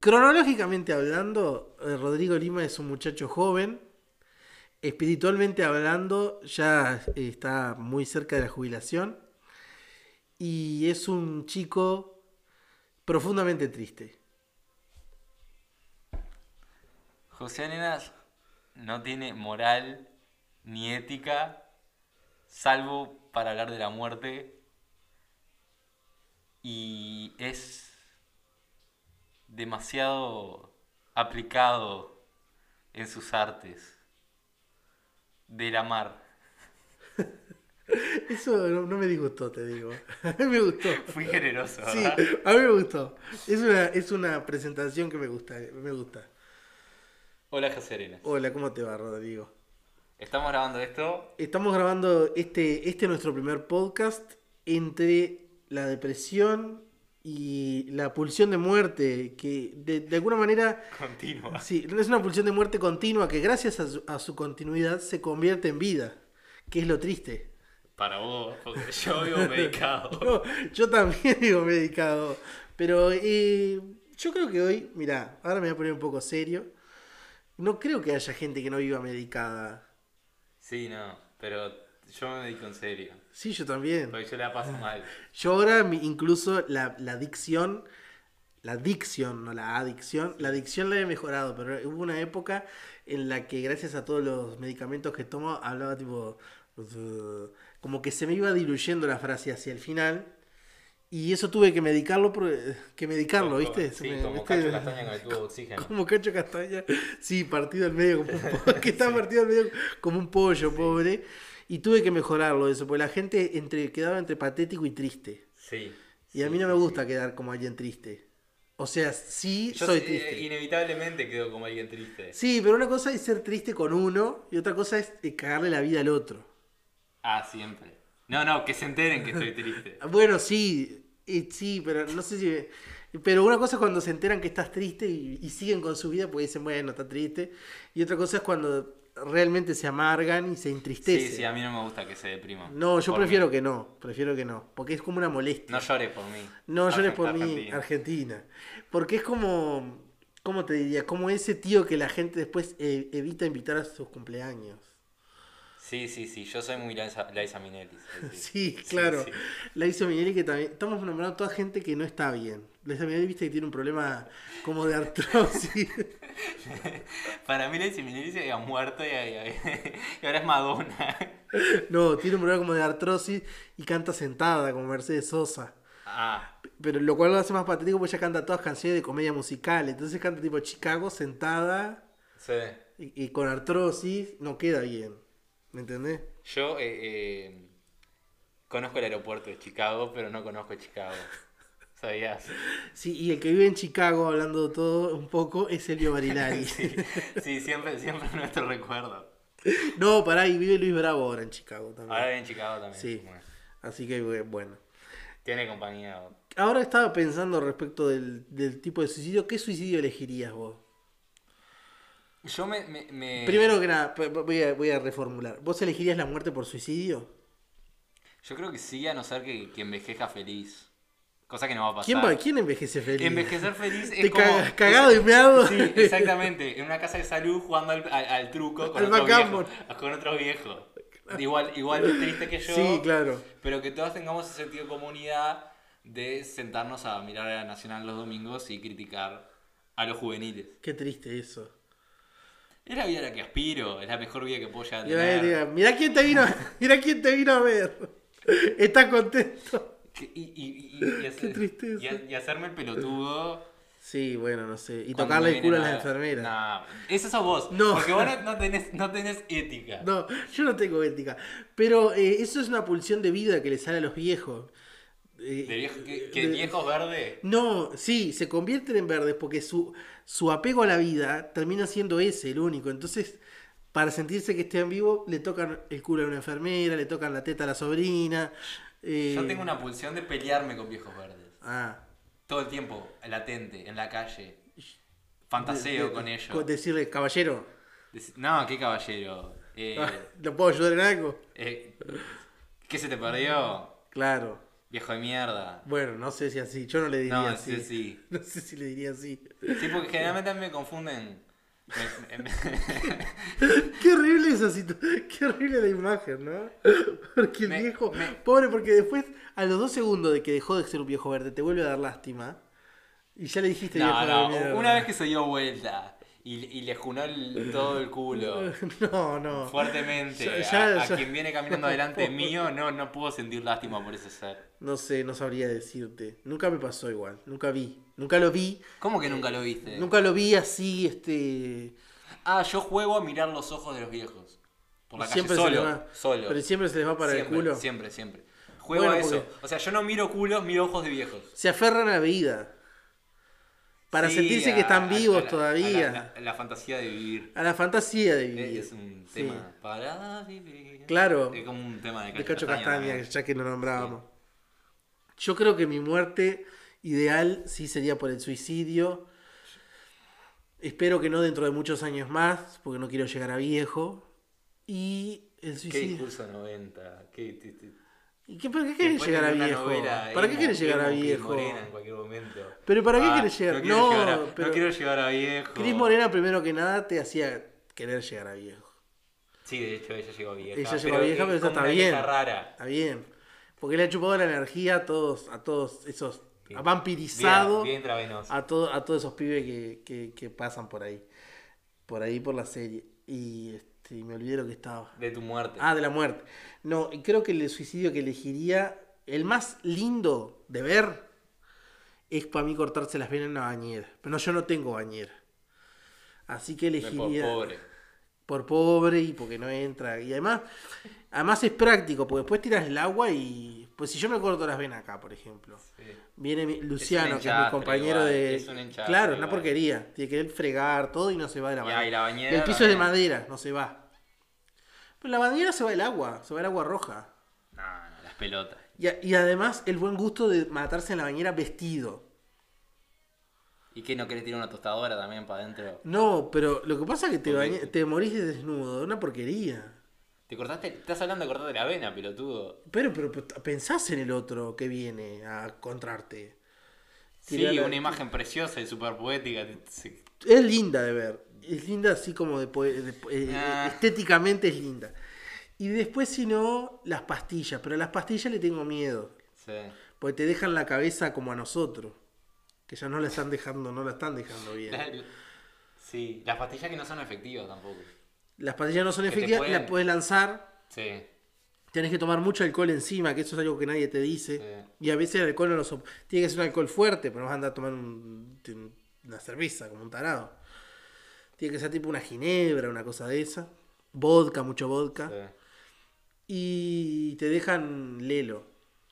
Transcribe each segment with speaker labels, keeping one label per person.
Speaker 1: Cronológicamente hablando, eh, Rodrigo Lima es un muchacho joven. Espiritualmente hablando, ya eh, está muy cerca de la jubilación. Y es un chico profundamente triste.
Speaker 2: José Arenas no tiene moral ni ética, salvo para hablar de la muerte. Y es demasiado aplicado en sus artes del amar.
Speaker 1: Eso no, no me disgustó, te digo. A mí me gustó.
Speaker 2: Fui generoso.
Speaker 1: Sí,
Speaker 2: ¿verdad?
Speaker 1: a mí me gustó. Es una, es una presentación que me gusta, me gusta.
Speaker 2: Hola José Arenas.
Speaker 1: Hola, ¿cómo te va, Rodrigo?
Speaker 2: Estamos grabando esto.
Speaker 1: Estamos grabando este, este nuestro primer podcast entre la depresión y la pulsión de muerte, que de, de alguna manera
Speaker 2: Continua.
Speaker 1: sí, es una pulsión de muerte continua que gracias a su, a su continuidad se convierte en vida, que es lo triste.
Speaker 2: Para vos, porque yo vivo medicado.
Speaker 1: No, yo también digo medicado, pero eh, yo creo que hoy, mira, ahora me voy a poner un poco serio, no creo que haya gente que no viva medicada.
Speaker 2: Sí, no, pero yo me dedico en serio.
Speaker 1: Sí, yo también.
Speaker 2: Porque yo la paso mal.
Speaker 1: Yo ahora mi- incluso la, la adicción, la adicción, no la adicción, la adicción la he mejorado, pero hubo una época en la que gracias a todos los medicamentos que tomo hablaba tipo, "Ugh", como que se me iba diluyendo la frase hacia el final. Y eso tuve que medicarlo, por- que medicarlo, ¿viste? Se
Speaker 2: Sí,
Speaker 1: me-
Speaker 2: como
Speaker 1: ¿viste?
Speaker 2: cacho castaña con el tubo de oxígeno.
Speaker 1: Como cacho castaña. Sí, partido al medio. Como un po- que está partido al medio como un pollo, pobre. Y tuve que mejorarlo eso, porque la gente entre, quedaba entre patético y triste.
Speaker 2: Sí.
Speaker 1: Y a mí no me gusta quedar como alguien triste. O sea, sí,
Speaker 2: Yo
Speaker 1: soy
Speaker 2: sí,
Speaker 1: triste.
Speaker 2: eh, inevitablemente quedo como alguien triste.
Speaker 1: Sí, pero una cosa es ser triste con uno y otra cosa es eh, cagarle la vida al otro.
Speaker 2: Ah, siempre. No, no, que se enteren que estoy triste.
Speaker 1: Bueno, sí, eh, sí, pero no sé si... Pero una cosa es cuando se enteran que estás triste y, y siguen con su vida porque dicen, bueno, está triste. Y otra cosa es cuando realmente se amargan y se entristecen.
Speaker 2: Sí, sí, a mí no me gusta que se depriman.
Speaker 1: No, yo
Speaker 2: Por mí.
Speaker 1: prefiero que no, prefiero que no, porque es como una molestia.
Speaker 2: No llores por mí.
Speaker 1: No llores
Speaker 2: Argen-
Speaker 1: por mí,
Speaker 2: Argentina.
Speaker 1: Argentina. Porque es como, ¿cómo te diría? Como ese tío que la gente después eh, evita invitar a sus cumpleaños.
Speaker 2: Sí, sí, sí, yo soy muy Liza, Liza Minnelli. es decir.
Speaker 1: Sí, claro.
Speaker 2: sí.
Speaker 1: La hizo Minelli que también... Estamos nombrando a toda gente que no está bien. La hizo Minelli, viste, que tiene un problema como de artrosis.
Speaker 2: Para mí Liza Minnelli se había muerto y, y- y ahora es Madonna.
Speaker 1: no, tiene un problema como de artrosis y canta sentada como Mercedes Sosa.
Speaker 2: Ah,
Speaker 1: Pero lo cual lo hace más patético porque ella canta todas canciones de comedia musical. Entonces canta tipo Chicago sentada
Speaker 2: sí.
Speaker 1: y, y con artrosis no queda bien. ¿Me entendés?
Speaker 2: Yo eh, eh, conozco el aeropuerto de Chicago, pero no conozco Chicago. ¿Sabías?
Speaker 1: Sí, y el que vive en Chicago, hablando de todo un poco, es Elvio Marinari.
Speaker 2: Sí, sí, siempre, siempre nuestro recuerdo.
Speaker 1: No, pará, y vive Luis Bravo ahora en Chicago también.
Speaker 2: Ahora en Chicago también.
Speaker 1: Sí.
Speaker 2: Bueno,
Speaker 1: Así que bu- bueno.
Speaker 2: tiene compañía.
Speaker 1: Ahora estaba pensando respecto del, del tipo de suicidio. ¿Qué suicidio elegirías vos?
Speaker 2: Yo me... me- me-
Speaker 1: Primero que nada, p- p- voy a, voy a reformular. ¿Vos elegirías la muerte por suicidio?
Speaker 2: Yo creo que sí, a no ser que, que envejeja feliz. Cosa que no va a pasar.
Speaker 1: ¿Quién, va, ¿Quién envejece feliz?
Speaker 2: Envejecer feliz es
Speaker 1: Te
Speaker 2: como...
Speaker 1: caga- cagado y meado.
Speaker 2: Sí, exactamente. En una casa de salud jugando al, al- al truco con
Speaker 1: Al
Speaker 2: otro, viejo,
Speaker 1: backgammon.
Speaker 2: con otro viejo. Igual, igual de triste que yo.
Speaker 1: Sí, claro.
Speaker 2: Pero que todos tengamos ese sentido de comunidad de sentarnos a mirar a la Nacional los domingos y criticar a los juveniles.
Speaker 1: Qué triste eso.
Speaker 2: Es la vida a la que aspiro, es la mejor vida que puedo llegar a
Speaker 1: Y va a
Speaker 2: tener.
Speaker 1: decir, mirá quién te vino, mirá quién te vino a ver. Estás contento.
Speaker 2: Que- Y, y- y- y hacer-
Speaker 1: Qué tristeza.
Speaker 2: y ha- y hacerme el pelotudo.
Speaker 1: Sí, bueno, no sé. Y
Speaker 2: cuando
Speaker 1: tocarle
Speaker 2: no
Speaker 1: el culo a las
Speaker 2: viene nada.
Speaker 1: enfermeras.
Speaker 2: No, eso sos vos.
Speaker 1: No.
Speaker 2: Porque vos no, no tenés, no tenés ética.
Speaker 1: No, yo no tengo ética. Pero eh, eso es una pulsión de vida que le sale a los viejos. Eh,
Speaker 2: De viejo- que, que
Speaker 1: de-
Speaker 2: viejos verdes.
Speaker 1: No, sí, se convierten en verdes porque su, su apego a la vida termina siendo ese, el único. Entonces, para sentirse que estén vivos, le tocan el culo a una enfermera, le tocan la teta a la sobrina. eh,
Speaker 2: Yo tengo una pulsión de pelearme con viejos verdes.
Speaker 1: Ah.
Speaker 2: Todo el tiempo, latente, en la calle. Fantaseo
Speaker 1: De-
Speaker 2: con
Speaker 1: de-
Speaker 2: ellos.
Speaker 1: Decirle, caballero,
Speaker 2: Dec- No, qué caballero. Eh,
Speaker 1: ¿no puedo ayudar en algo?
Speaker 2: eh, ¿Qué se te perdió?
Speaker 1: Claro.
Speaker 2: Viejo de mierda.
Speaker 1: Bueno, no sé si así. Yo no le diría
Speaker 2: No,
Speaker 1: así.
Speaker 2: sí, sí.
Speaker 1: No sé si le diría así.
Speaker 2: Sí, porque generalmente me confunden. Me- me-
Speaker 1: Qué horrible esa situ- Qué horrible la imagen, ¿no? Porque el
Speaker 2: Me-
Speaker 1: viejo.
Speaker 2: me-
Speaker 1: Pobre, porque después, a los dos segundos de que dejó de ser un viejo verde, te vuelve a dar lástima. Y ya le dijiste
Speaker 2: no,
Speaker 1: viejo
Speaker 2: no,
Speaker 1: de mierda.
Speaker 2: una vez que se dio vuelta y, y le junó el- todo el culo
Speaker 1: No, no.
Speaker 2: fuertemente
Speaker 1: Ya-
Speaker 2: a-
Speaker 1: ya-
Speaker 2: a,
Speaker 1: ya.
Speaker 2: quien viene caminando delante mío, no, no puedo sentir lástima por ese ser.
Speaker 1: No sé, no sabría decirte. Nunca me pasó igual. Nunca vi. Nunca lo vi.
Speaker 2: ¿Cómo que nunca lo viste?
Speaker 1: Eh, Nunca lo vi así, este.
Speaker 2: Ah, yo juego a mirar los ojos de los viejos. Por la calle
Speaker 1: Siempre se les
Speaker 2: solo,
Speaker 1: va-
Speaker 2: solo.
Speaker 1: Pero siempre se les va para
Speaker 2: siempre,
Speaker 1: el culo.
Speaker 2: Siempre, siempre. Juego
Speaker 1: Bueno,
Speaker 2: a eso.
Speaker 1: porque-
Speaker 2: O sea, yo no miro culos, miro ojos de viejos.
Speaker 1: Se aferran a la vida. Para
Speaker 2: Sí,
Speaker 1: sentirse
Speaker 2: a-
Speaker 1: que están
Speaker 2: a-
Speaker 1: vivos
Speaker 2: a la-
Speaker 1: todavía.
Speaker 2: a La, a la fantasía de vivir. Eh,
Speaker 1: A la fantasía de vivir.
Speaker 2: Es un
Speaker 1: Sí.
Speaker 2: tema para vivir.
Speaker 1: Claro.
Speaker 2: Es como un tema de
Speaker 1: De Cacho
Speaker 2: Castaña,
Speaker 1: Castaña, ya que lo nombrábamos. Yo creo que mi muerte ideal sí sería por el suicidio. Espero que no dentro de muchos años más, porque no quiero llegar a viejo. Y el
Speaker 2: ¿no? Qué
Speaker 1: suicidio.
Speaker 2: discurso 90. Qué, te- te-
Speaker 1: ¿Y qué, ¿Para qué querés
Speaker 2: te
Speaker 1: llegar a
Speaker 2: ponen una
Speaker 1: viejo?
Speaker 2: novela
Speaker 1: ¿Para qué
Speaker 2: emo,
Speaker 1: querés llegar a
Speaker 2: emo, Cris
Speaker 1: viejo?
Speaker 2: Morena en cualquier momento.
Speaker 1: Pero ¿para qué
Speaker 2: Ah,
Speaker 1: querés llegar?
Speaker 2: No quiero,
Speaker 1: No,
Speaker 2: llegar, a, no
Speaker 1: pero-
Speaker 2: quiero llegar a viejo.
Speaker 1: Cris Morena, primero que nada, te hacía querer llegar a viejo.
Speaker 2: Sí, de hecho, ella llegó vieja.
Speaker 1: Ella llegó vieja, pero
Speaker 2: es
Speaker 1: esa
Speaker 2: como
Speaker 1: está
Speaker 2: una
Speaker 1: bien.
Speaker 2: vieja rara.
Speaker 1: Está bien. Porque le ha chupado la energía a todos, a todos esos.
Speaker 2: Bien.
Speaker 1: Ha vampirizado.
Speaker 2: Bien, bien intravenosa.
Speaker 1: a, todo, a todos esos pibes que, que- que pasan por ahí. Por ahí, por la serie. Y este, me olvidé lo que estaba.
Speaker 2: De tu muerte.
Speaker 1: Ah, de la muerte. No, y creo que el suicidio que elegiría, el más lindo de ver, es para mí cortarse las venas en una bañera. Pero no, yo no tengo bañera. Así que
Speaker 2: Me- po-
Speaker 1: elegiría
Speaker 2: pobre.
Speaker 1: por pobre y porque no entra. Y además, además es práctico, porque después tiras el agua y. Pues si yo me corto las venas acá, por ejemplo.
Speaker 2: Sí.
Speaker 1: Viene mi- Luciano, que es mi
Speaker 2: enchastre
Speaker 1: compañero
Speaker 2: igual,
Speaker 1: de.
Speaker 2: es un enchastre
Speaker 1: claro, una
Speaker 2: igual.
Speaker 1: porquería. Tiene que él fregar todo y no se va de la
Speaker 2: Y
Speaker 1: bañera.
Speaker 2: ahí la bañera
Speaker 1: el piso es de
Speaker 2: también.
Speaker 1: madera, no se va. Pero la bañera se va el agua, se va el agua roja.
Speaker 2: No, no, las pelotas.
Speaker 1: Y, a- y además el buen gusto de matarse en la bañera vestido.
Speaker 2: ¿Y qué no querés tirar una tostadora también para adentro?
Speaker 1: No, pero lo que pasa es que te,
Speaker 2: Horrible.
Speaker 1: bañe- te morís de desnudo, una porquería.
Speaker 2: Te cortaste, estás hablando de cortarte la vena, pelotudo.
Speaker 1: Pero, pero pero pensás en el otro que viene a encontrarte.
Speaker 2: Sí,
Speaker 1: Tirala.
Speaker 2: una imagen preciosa y súper poética. te- se-
Speaker 1: Es linda de ver. Es linda así como de, poe- de po- eh,
Speaker 2: Ah.
Speaker 1: estéticamente es linda. Y después si no, las pastillas. Pero a las pastillas le tengo miedo.
Speaker 2: se-
Speaker 1: Porque te dejan la cabeza como a nosotros. Que ya no la están dejando, no la están dejando bien.
Speaker 2: La- la- sí, las pastillas que no son efectivas tampoco.
Speaker 1: Las pastillas no son
Speaker 2: Que te
Speaker 1: efectivas,
Speaker 2: pueden-
Speaker 1: las puedes lanzar.
Speaker 2: Sí,
Speaker 1: Tenés que tomar mucho alcohol encima, que eso es algo que nadie te dice.
Speaker 2: Sí.
Speaker 1: Y a veces el alcohol no lo sop- Tiene que ser un alcohol fuerte, pero no vas a andar a tomar un- un- una cerveza, como un tarado. Tiene que ser tipo una ginebra, una cosa de esa. Vodka, mucho vodka.
Speaker 2: sí.
Speaker 1: Y te dejan lelo.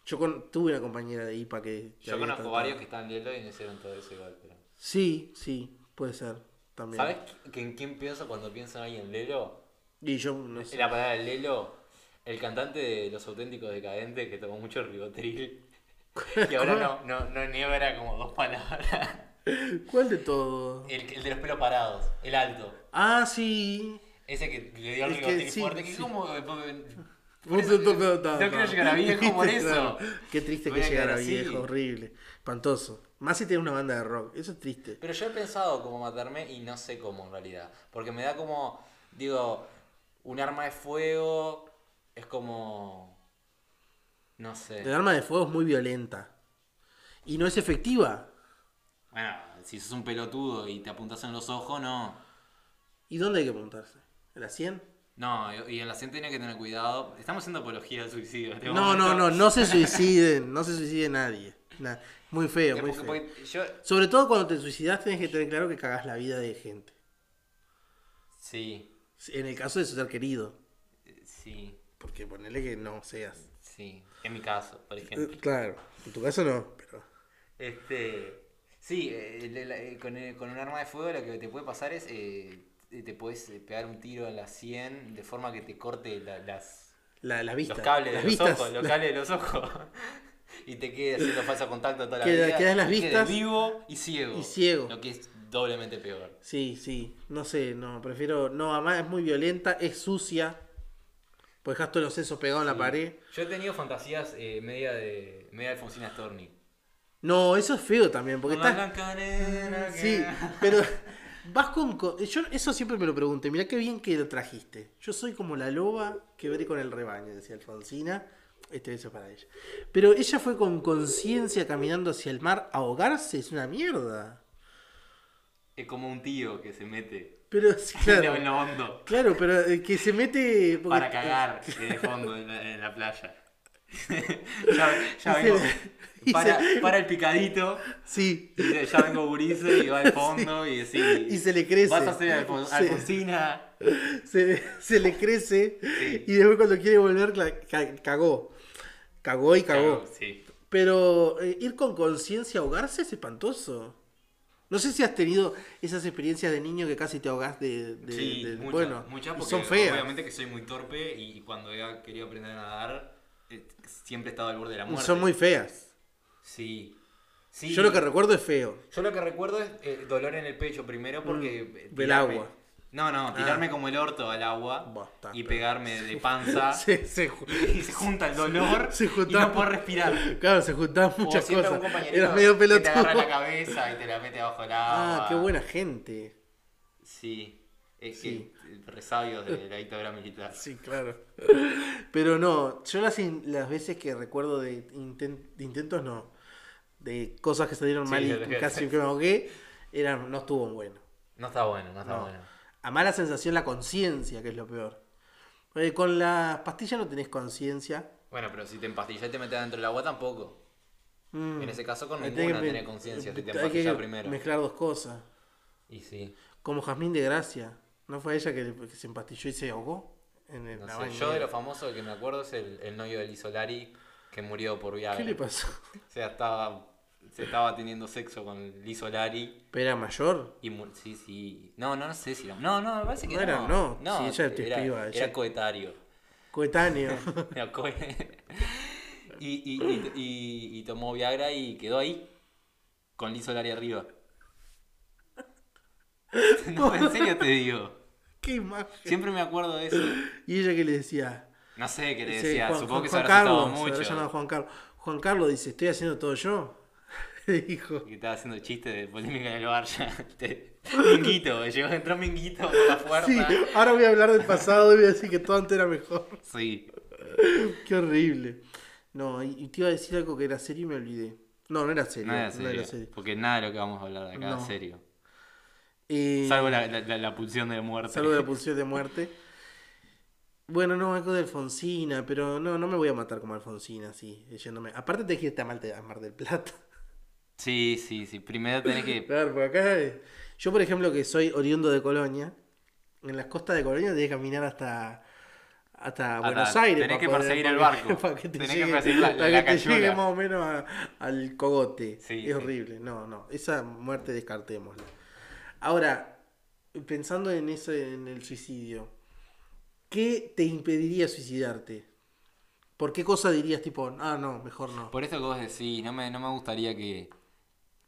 Speaker 1: Yo con- tuve una compañera de IPA que... que
Speaker 2: Yo
Speaker 1: había
Speaker 2: conozco
Speaker 1: tratado.
Speaker 2: varios que estaban hielo y no hicieron todo eso igual. Pero...
Speaker 1: Sí, sí, puede ser. También.
Speaker 2: ¿Sabes que- que en quién pienso cuando pienso en alguien lelo?
Speaker 1: Y yo no sé.
Speaker 2: La palabra lelo, el cantante de Los Auténticos Decadentes que tomó mucho ribotril. Y ahora no, no, no niebra como dos palabras.
Speaker 1: ¿Cuál de todo?
Speaker 2: El, el de los pelos parados, el alto.
Speaker 1: Ah, sí.
Speaker 2: Ese que le dio
Speaker 1: Es
Speaker 2: el
Speaker 1: que
Speaker 2: ribotril
Speaker 1: sí,
Speaker 2: fuerte, que
Speaker 1: sí.
Speaker 2: como... eh,
Speaker 1: No
Speaker 2: quiero llegar a viejo por eso.
Speaker 1: Qué triste
Speaker 2: Voy
Speaker 1: que
Speaker 2: a
Speaker 1: llegar a
Speaker 2: quedar así.
Speaker 1: viejo, horrible. Espantoso. Más si tiene una banda de rock, eso es triste.
Speaker 2: Pero yo he pensado cómo matarme y no sé cómo en realidad. Porque me da como, digo, un arma de fuego es como... No
Speaker 1: El
Speaker 2: sé.
Speaker 1: arma de fuego es muy violenta. Y no es efectiva.
Speaker 2: Bueno, si sos un pelotudo y te apuntas en los ojos, no.
Speaker 1: ¿Y dónde hay que apuntarse? ¿En la 100?
Speaker 2: No, y- y en la cien tenía que tener cuidado. Estamos haciendo apología al suicidio. en este
Speaker 1: No,
Speaker 2: momento.
Speaker 1: no, no, no se suiciden, no se suicide nadie. Na- Muy feo,
Speaker 2: Eh,
Speaker 1: muy
Speaker 2: porque-
Speaker 1: feo.
Speaker 2: porque yo...
Speaker 1: Sobre todo cuando te suicidas tenés que tener claro que cagás la vida de gente.
Speaker 2: Sí,
Speaker 1: En el caso de su ser querido.
Speaker 2: eh, sí,
Speaker 1: Porque ponele que no seas.
Speaker 2: sí. En mi caso, por ejemplo.
Speaker 1: Eh, Claro, en tu caso no, pero...
Speaker 2: Este. Sí, eh, el- el- el- con, el- con un arma de fuego lo que te puede pasar es. eh, te puedes eh, pegar un tiro en la 100 de forma que te corte la- las,
Speaker 1: La, las vistas.
Speaker 2: los cables de
Speaker 1: las
Speaker 2: los
Speaker 1: vistas,
Speaker 2: ojos. Los
Speaker 1: la-
Speaker 2: cables de los ojos. y te quede haciendo falso contacto toda la
Speaker 1: Queda-
Speaker 2: vida.
Speaker 1: quedas las
Speaker 2: y quedes
Speaker 1: vistas
Speaker 2: vivo y ciego.
Speaker 1: y ciego.
Speaker 2: Lo que es doblemente peor.
Speaker 1: Sí, sí, no sé, no, prefiero... No, además es muy violenta, es sucia. Pues dejas todos los sesos pegados en la pared.
Speaker 2: Yo he tenido fantasías eh, media de media Alfonsina Storni.
Speaker 1: No, eso es feo también, porque
Speaker 2: Con la
Speaker 1: estás.
Speaker 2: blanca nena que-
Speaker 1: Sí, pero vas con, con- Yo eso siempre me lo pregunté. Mirá qué bien que lo trajiste. Yo soy como la loba que veré con el rebaño, decía Alfonsina. Este beso es para ella. Pero ella fue con conciencia caminando hacia el mar. Ahogarse es una mierda.
Speaker 2: Es como un tío que se mete
Speaker 1: Pero sí,
Speaker 2: en
Speaker 1: claro.
Speaker 2: el hondo
Speaker 1: Claro, pero eh, que se mete. porque-
Speaker 2: para cagar en el fondo en la, en la playa. ya, ya vengo.
Speaker 1: Y se-
Speaker 2: Para, para el picadito,
Speaker 1: Sí.
Speaker 2: dice, ya vengo gurice y va al fondo y decís.
Speaker 1: Y se le crece.
Speaker 2: Vas a ser Alfon-
Speaker 1: Sí.
Speaker 2: Alfonsina.
Speaker 1: se, se le crece
Speaker 2: Sí.
Speaker 1: y después cuando quiere volver la- ca- cagó. Cagó y cagó.
Speaker 2: Claro, sí.
Speaker 1: Pero eh, ir con conciencia a ahogarse es espantoso. No sé si has tenido esas experiencias de niño que casi te ahogás de... de-
Speaker 2: sí,
Speaker 1: de-
Speaker 2: muchas,
Speaker 1: bueno,
Speaker 2: muchas
Speaker 1: y
Speaker 2: porque
Speaker 1: son feas.
Speaker 2: obviamente que soy muy torpe y cuando he querido aprender a nadar eh, siempre he estado al borde de la
Speaker 1: Y
Speaker 2: muerte.
Speaker 1: Son muy feas.
Speaker 2: Sí. Sí.
Speaker 1: Yo lo que recuerdo es feo.
Speaker 2: Yo lo que recuerdo es eh, dolor en el pecho primero porque...
Speaker 1: Mm,
Speaker 2: eh,
Speaker 1: del
Speaker 2: tirarme-
Speaker 1: agua. Ah.
Speaker 2: No, no, tirarme como el orto al agua
Speaker 1: Basta,
Speaker 2: y
Speaker 1: pero-
Speaker 2: pegarme de panza
Speaker 1: Se, se ju-
Speaker 2: y se junta el dolor
Speaker 1: Se
Speaker 2: y
Speaker 1: junta-
Speaker 2: no puedo respirar.
Speaker 1: claro, se juntaban
Speaker 2: O
Speaker 1: muchas
Speaker 2: siempre
Speaker 1: cosas.
Speaker 2: un compañerito
Speaker 1: Era medio
Speaker 2: que te agarra
Speaker 1: pelotudo.
Speaker 2: la cabeza y te la mete abajo del agua.
Speaker 1: Ah, qué buena gente.
Speaker 2: Sí, es
Speaker 1: Sí.
Speaker 2: que resabios de la dictadura militar.
Speaker 1: Sí, claro. Pero no, yo las, in- las veces que recuerdo de, inten- de intentos no, de cosas que salieron
Speaker 2: Sí,
Speaker 1: mal
Speaker 2: lo
Speaker 1: y
Speaker 2: que-
Speaker 1: casi que me ahogué, eran, no estuvo bueno.
Speaker 2: No está bueno, no está
Speaker 1: No.
Speaker 2: Ah, bueno.
Speaker 1: A mala sensación la conciencia, que es lo peor. Porque con las pastillas no tenés conciencia.
Speaker 2: Bueno, pero si te empastillas y te metes dentro del agua tampoco.
Speaker 1: Mm.
Speaker 2: En ese caso con
Speaker 1: Hay
Speaker 2: ninguna
Speaker 1: que me-
Speaker 2: tenés conciencia, si te
Speaker 1: hay que
Speaker 2: empastillas primero.
Speaker 1: mezclar dos cosas.
Speaker 2: Y sí.
Speaker 1: Como Jazmín de Gracia. ¿No fue ella que, le- que se empastilló y se ahogó? En el,
Speaker 2: No
Speaker 1: la
Speaker 2: sé,
Speaker 1: bañera.
Speaker 2: yo de lo famoso que me acuerdo es el, el novio de Liz Solari que murió por Viagra.
Speaker 1: ¿Qué le pasó?
Speaker 2: O sea, estaba, se estaba teniendo sexo con Liz Solari
Speaker 1: ¿Pero era mayor?
Speaker 2: y mu- sí, sí. No, no, no sé si era. No, no, me parece que
Speaker 1: No era, no. Sí, ella es
Speaker 2: era,
Speaker 1: piba,
Speaker 2: era
Speaker 1: ella-
Speaker 2: coetario.
Speaker 1: Coetáneo.
Speaker 2: Era co- y, y, y- y- y tomó Viagra y quedó ahí. Con Liz Solari arriba. No, en serio te digo.
Speaker 1: Qué imagen.
Speaker 2: Siempre me acuerdo de eso.
Speaker 1: Y ella que le decía.
Speaker 2: No sé qué le
Speaker 1: dice,
Speaker 2: decía,
Speaker 1: Juan-
Speaker 2: supongo que se
Speaker 1: Juan
Speaker 2: habrá asustado
Speaker 1: Carlos, se habrá llamado
Speaker 2: mucho.
Speaker 1: Juan Carlos. Juan Carlos dice, estoy haciendo todo yo. Le dijo.
Speaker 2: Que estaba haciendo chistes de polémica en el bar ya. Te- Minguito, llegó, entró Minguito por la puerta.
Speaker 1: Sí,
Speaker 2: Sí.
Speaker 1: ahora voy a hablar del pasado y voy a decir que todo antes era mejor. Qué horrible. No, y, y te iba a decir algo que era serio y me olvidé. No, no era serio.
Speaker 2: No era
Speaker 1: No
Speaker 2: serio,
Speaker 1: era serio.
Speaker 2: Porque nada de lo que vamos a hablar de acá
Speaker 1: No.
Speaker 2: es serio.
Speaker 1: Eh,
Speaker 2: Salvo la, la, la- la pulsión de muerte.
Speaker 1: salvo la pulsión de muerte. Bueno, no, algo de Alfonsina, pero no, no me voy a matar como Alfonsina, sí, yéndome. Aparte te dijiste a Mar del- a Mar del Plata.
Speaker 2: Sí, sí, sí. Primero tenés que.
Speaker 1: Claro, por acá. eh, Yo, por ejemplo, que soy oriundo de Colonia, en las costas de Colonia tenés que caminar hasta, hasta Buenos
Speaker 2: hasta-
Speaker 1: Aires.
Speaker 2: tenés
Speaker 1: para
Speaker 2: que
Speaker 1: poder-
Speaker 2: perseguir al
Speaker 1: para-
Speaker 2: barco.
Speaker 1: Para que te
Speaker 2: Tenés que
Speaker 1: llegue,
Speaker 2: perseguir la- la-
Speaker 1: para
Speaker 2: la
Speaker 1: que te
Speaker 2: cachuela.
Speaker 1: llegue más o menos a- al cogote.
Speaker 2: Sí,
Speaker 1: es
Speaker 2: sí.
Speaker 1: horrible. No, no. Esa muerte descartémosla. Ahora, pensando en eso, en el suicidio, ¿qué te impediría suicidarte? ¿Por qué cosa dirías tipo, ah, no, mejor no?
Speaker 2: Por eso que vos decís, no me, no me gustaría que,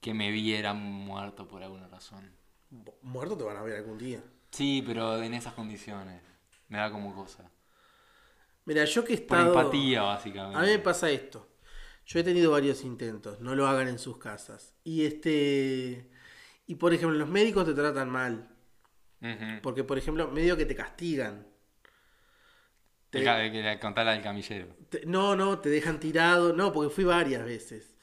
Speaker 2: que me vieran muerto por alguna razón.
Speaker 1: Muerto te van a ver algún día.
Speaker 2: Sí, pero en esas condiciones. Me da como cosa.
Speaker 1: Mira, yo que he
Speaker 2: Por
Speaker 1: estado...
Speaker 2: empatía, básicamente.
Speaker 1: A mí me pasa esto. Yo he tenido varios intentos, no lo hagan en sus casas. Y este y por ejemplo, los médicos te tratan mal,
Speaker 2: Ujú.
Speaker 1: porque por ejemplo, medio que te castigan. Te-
Speaker 2: El ca- que la- contala del camillero.
Speaker 1: te- no, no, te dejan tirado, no, porque fui varias veces.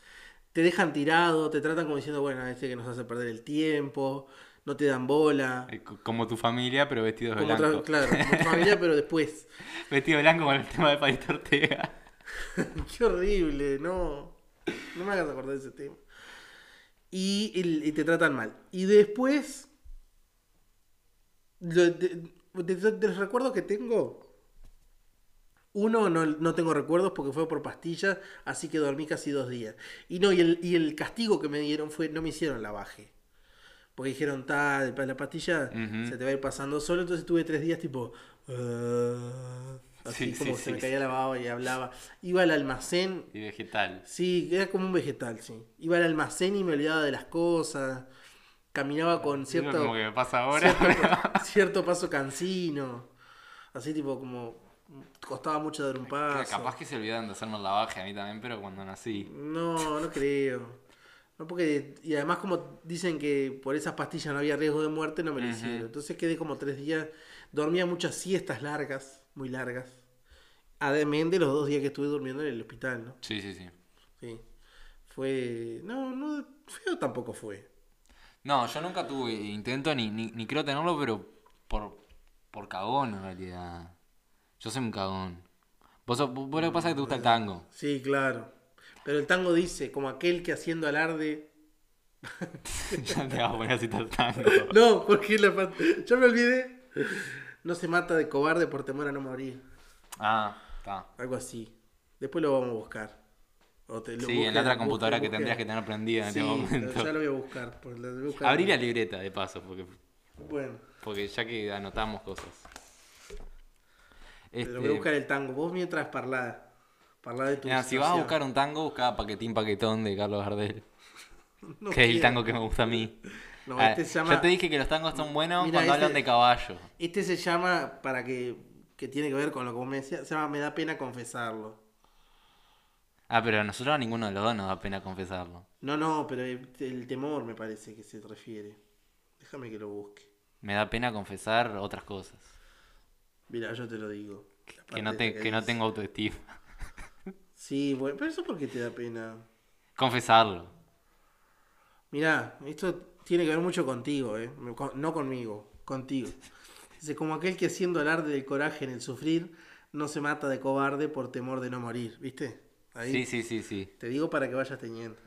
Speaker 1: Te dejan tirado, te tratan como diciendo, bueno, este que nos hace perder el tiempo, no te dan bola.
Speaker 2: Eh, co- Como tu familia, pero vestidos de
Speaker 1: Ah. Como otra-
Speaker 2: blanco.
Speaker 1: claro, como tu familia, pero después.
Speaker 2: Vestido de blanco con el tema de Palito Ortega.
Speaker 1: Qué horrible, no. No me hagas acordar de ese tema. Y, el- y te tratan mal. Y después. lo- de- de- de- de los recuerdos que tengo. Uno, no, no tengo recuerdos porque fue por pastillas, así que dormí casi dos días. Y no, y el, y el castigo que me dieron fue, no me hicieron la baje. Porque dijeron, tal, la pastilla
Speaker 2: Ujú.
Speaker 1: se te va a ir pasando solo, entonces tuve tres días tipo... "Ah", así
Speaker 2: Sí,
Speaker 1: como
Speaker 2: sí,
Speaker 1: se me
Speaker 2: sí,
Speaker 1: caía la baba y hablaba. Iba al almacén
Speaker 2: Y vegetal.
Speaker 1: Sí, era como un vegetal, sí. Iba al almacén y me olvidaba de las cosas. Caminaba con
Speaker 2: Es lo
Speaker 1: cierto,
Speaker 2: como que me pasa ahora.
Speaker 1: cierto, cierto paso cansino. Así tipo como costaba mucho dar un paso.
Speaker 2: Capaz que se olvidaron de hacerme el lavaje a mí también, pero cuando nací.
Speaker 1: No, no creo. No porque, y además como dicen que por esas pastillas no había riesgo de muerte, no me lo
Speaker 2: Ujú.
Speaker 1: hicieron. Entonces quedé como tres días, dormía muchas siestas largas, muy largas. Además de los dos días que estuve durmiendo en el hospital, ¿no?
Speaker 2: Sí, sí, sí.
Speaker 1: Sí. Fue... No, no, feo tampoco fue.
Speaker 2: No, yo nunca tuve intento ni, ni, ni creo tenerlo, pero por, por cagón en realidad. Yo soy un cagón. Vos, sos- vos lo que pasa es que te gusta el tango.
Speaker 1: Sí, claro. Pero el tango dice, como aquel que haciendo alarde...
Speaker 2: ya te vas a poner así todo el tango.
Speaker 1: No, porque la... pa- Yo me olvidé. No se mata de cobarde por temor a no morir.
Speaker 2: Ah, está.
Speaker 1: Algo así. Después lo vamos a buscar. O te- lo
Speaker 2: Sí,
Speaker 1: buscan,
Speaker 2: en la otra
Speaker 1: buscan,
Speaker 2: computadora que
Speaker 1: buscan.
Speaker 2: tendrías que tener prendida en
Speaker 1: Sí,
Speaker 2: este
Speaker 1: ya
Speaker 2: momento.
Speaker 1: lo voy a buscar. pues, lo voy a buscar.
Speaker 2: Abrí la libreta, de paso, porque,
Speaker 1: Bueno,
Speaker 2: porque ya que anotamos cosas.
Speaker 1: pero voy a
Speaker 2: Este,
Speaker 1: buscar el tango. Vos mientras parlá. Parlá de tu
Speaker 2: Mira, si vas a
Speaker 1: situación.
Speaker 2: buscar un tango, busca Paquetín Paquetón de Carlos Gardel.
Speaker 1: No
Speaker 2: que es el
Speaker 1: quiero.
Speaker 2: tango que me gusta a mí.
Speaker 1: No,
Speaker 2: Ah,
Speaker 1: este se llama...
Speaker 2: Ya te dije que los tangos son buenos
Speaker 1: Mira,
Speaker 2: cuando
Speaker 1: este-
Speaker 2: hablan de caballo.
Speaker 1: Este se llama, para que... Que tiene que ver con lo que vos me decías. Se llama Me da pena confesarlo.
Speaker 2: Ah, pero a nosotros a ninguno de los dos nos da pena confesarlo.
Speaker 1: No, no, pero el el temor me parece que se refiere. Déjame que lo busque.
Speaker 2: Me da pena confesar otras cosas.
Speaker 1: Mira, yo te lo digo. La
Speaker 2: Que
Speaker 1: parte
Speaker 2: no, te,
Speaker 1: esa
Speaker 2: que no
Speaker 1: dice.
Speaker 2: tengo autoestima.
Speaker 1: Sí, bueno, pero eso porque te da pena.
Speaker 2: Confesarlo.
Speaker 1: Mirá, esto tiene que ver mucho contigo, ¿eh? Me- con- no conmigo, contigo. Dice, como aquel que haciendo alarde del coraje en el sufrir, no se mata de cobarde por temor de no morir, ¿viste? Ahí
Speaker 2: Sí, sí, sí, sí.
Speaker 1: te digo para que vayas teniendo.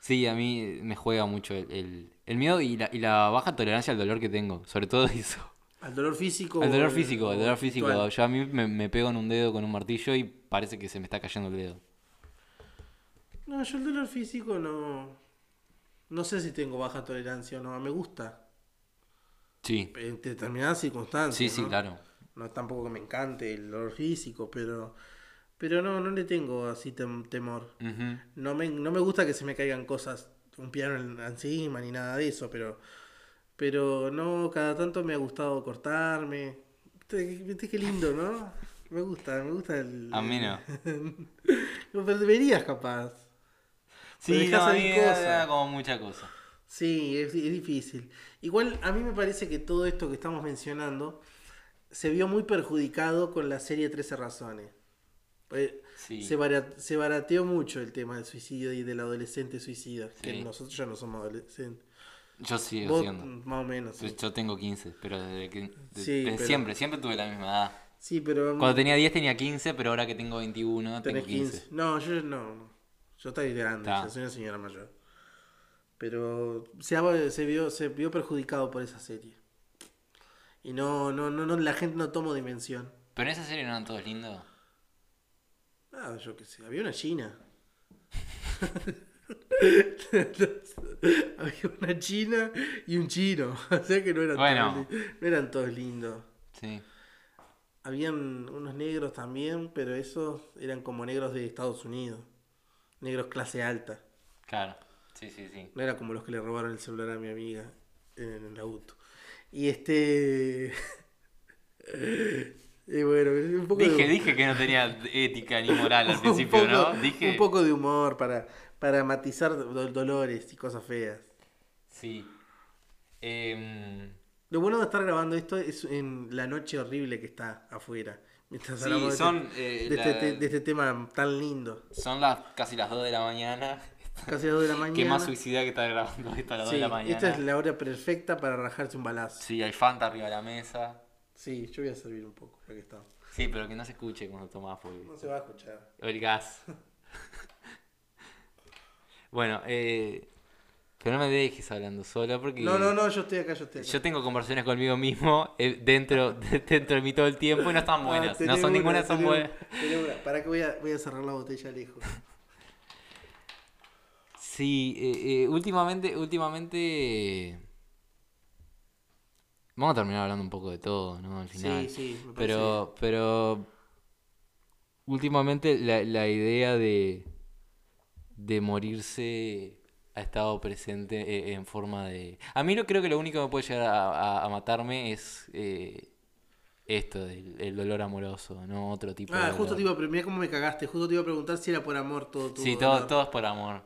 Speaker 2: Sí, a mí me juega mucho el, el- el miedo y la, y la baja tolerancia al dolor que tengo. Sobre todo eso.
Speaker 1: Al dolor físico. eh,
Speaker 2: Al dolor
Speaker 1: o-
Speaker 2: físico, al dolor
Speaker 1: o
Speaker 2: físico.
Speaker 1: virtual.
Speaker 2: Yo a mí me, me pego en un dedo con un martillo y parece que se me está cayendo el dedo.
Speaker 1: No, yo el dolor físico no. No sé si tengo baja tolerancia o no, me gusta.
Speaker 2: Sí,
Speaker 1: En determinadas circunstancias.
Speaker 2: sí, sí,
Speaker 1: ¿no?
Speaker 2: claro.
Speaker 1: No tampoco que me encante el dolor físico, pero. Pero no, no le tengo así tem- temor.
Speaker 2: Ujú.
Speaker 1: No me, no me gusta que se me caigan cosas, un piano en- encima ni nada de eso, pero. Pero no, cada tanto me ha gustado cortarme. Viste, viste qué lindo, ¿no? Me gusta, me gusta el.
Speaker 2: A mí no.
Speaker 1: Pero deberías, capaz. Pero
Speaker 2: Sí,
Speaker 1: dejás
Speaker 2: no, a mí
Speaker 1: salir
Speaker 2: me da-
Speaker 1: cosas.
Speaker 2: me da como mucha cosa.
Speaker 1: Sí, es, es difícil. Igual a mí me parece que todo esto que estamos mencionando se vio muy perjudicado con la serie 13 razones. Pues,
Speaker 2: Sí.
Speaker 1: se, bara- se barateó mucho el tema del suicidio y del adolescente suicida, que
Speaker 2: Sí.
Speaker 1: nosotros ya no somos adolescentes.
Speaker 2: Yo sigo
Speaker 1: Vos,
Speaker 2: siendo. Pues,
Speaker 1: mm, más o menos.
Speaker 2: Yo,
Speaker 1: Sí,
Speaker 2: yo tengo 15, pero desde que. de-
Speaker 1: Sí,
Speaker 2: desde
Speaker 1: pero-
Speaker 2: siempre, siempre tuve la misma edad.
Speaker 1: Sí, pero mm,
Speaker 2: Cuando tenía 10 tenía 15, pero ahora que tengo 21
Speaker 1: tenés
Speaker 2: tengo 15.
Speaker 1: 15. No, yo no. no. Yo estoy grande,
Speaker 2: Ta.
Speaker 1: ya soy una señora mayor. Pero se, ha- se vio se vio perjudicado por esa serie. Y no, no, no, no la gente no tomó dimensión.
Speaker 2: Pero en esa serie no eran todos lindos.
Speaker 1: Ah, yo qué sé, había una china. había una china y un chino. O sea que no eran,
Speaker 2: Bueno.
Speaker 1: todos, li- no eran todos lindos.
Speaker 2: Sí.
Speaker 1: Habían unos negros también, pero esos eran como negros de Estados Unidos. Negros clase alta.
Speaker 2: Claro. Sí, sí, sí.
Speaker 1: No era como los que le robaron el celular a mi amiga en el auto. Y este. y bueno, un poco de-
Speaker 2: Dije, dije que no tenía ética ni moral al
Speaker 1: Un
Speaker 2: principio,
Speaker 1: poco-
Speaker 2: ¿no? Dije.
Speaker 1: Un poco de humor para, para matizar do- dolores y cosas feas.
Speaker 2: Sí. Em,
Speaker 1: Lo bueno de estar grabando esto es en la noche horrible que está afuera. Mientras
Speaker 2: Sí,
Speaker 1: hablamos de,
Speaker 2: son,
Speaker 1: este,
Speaker 2: eh,
Speaker 1: de este
Speaker 2: la-
Speaker 1: te- de este tema tan lindo.
Speaker 2: son las casi las 2 de la mañana.
Speaker 1: Casi las 2 de la mañana.
Speaker 2: Qué más suicida que estar grabando esto a las 2
Speaker 1: Sí,
Speaker 2: de la mañana.
Speaker 1: Esta es la hora perfecta para rajarse un balazo. Sí,
Speaker 2: Sí, hay Fanta arriba de la mesa.
Speaker 1: yo voy a servir un poco, ya que estamos.
Speaker 2: Sí, pero que no se escuche cuando tomás porque-
Speaker 1: No se va a escuchar.
Speaker 2: O el gas. bueno, eh, pero no me dejes hablando solo porque
Speaker 1: No, no, no, yo estoy acá, yo estoy acá.
Speaker 2: yo tengo conversaciones conmigo mismo eh, dentro, de- dentro de mí todo el tiempo y no están
Speaker 1: Ah,
Speaker 2: buenas. no
Speaker 1: tenés
Speaker 2: son
Speaker 1: una,
Speaker 2: ninguna, son
Speaker 1: tenés
Speaker 2: buenas.
Speaker 1: una, tenés una. Pará que voy a, voy a cerrar la botella lejos.
Speaker 2: Sí, eh, eh, últimamente, últimamente... eh, Vamos a terminar hablando un poco de todo, ¿no? Al
Speaker 1: Sí,
Speaker 2: final.
Speaker 1: sí, me parece bien.
Speaker 2: Pero, pero últimamente la, la idea de, de morirse ha estado presente eh, en forma de... A mí lo, creo que lo único que puede llegar a, a- a matarme es eh, esto del el dolor amoroso, no otro tipo de
Speaker 1: Ah, justo
Speaker 2: dolor.
Speaker 1: te iba a pre- mirá cómo me cagaste. Justo te iba a preguntar si era por amor todo tu
Speaker 2: Sí,
Speaker 1: dolor.
Speaker 2: todo, todo es por amor.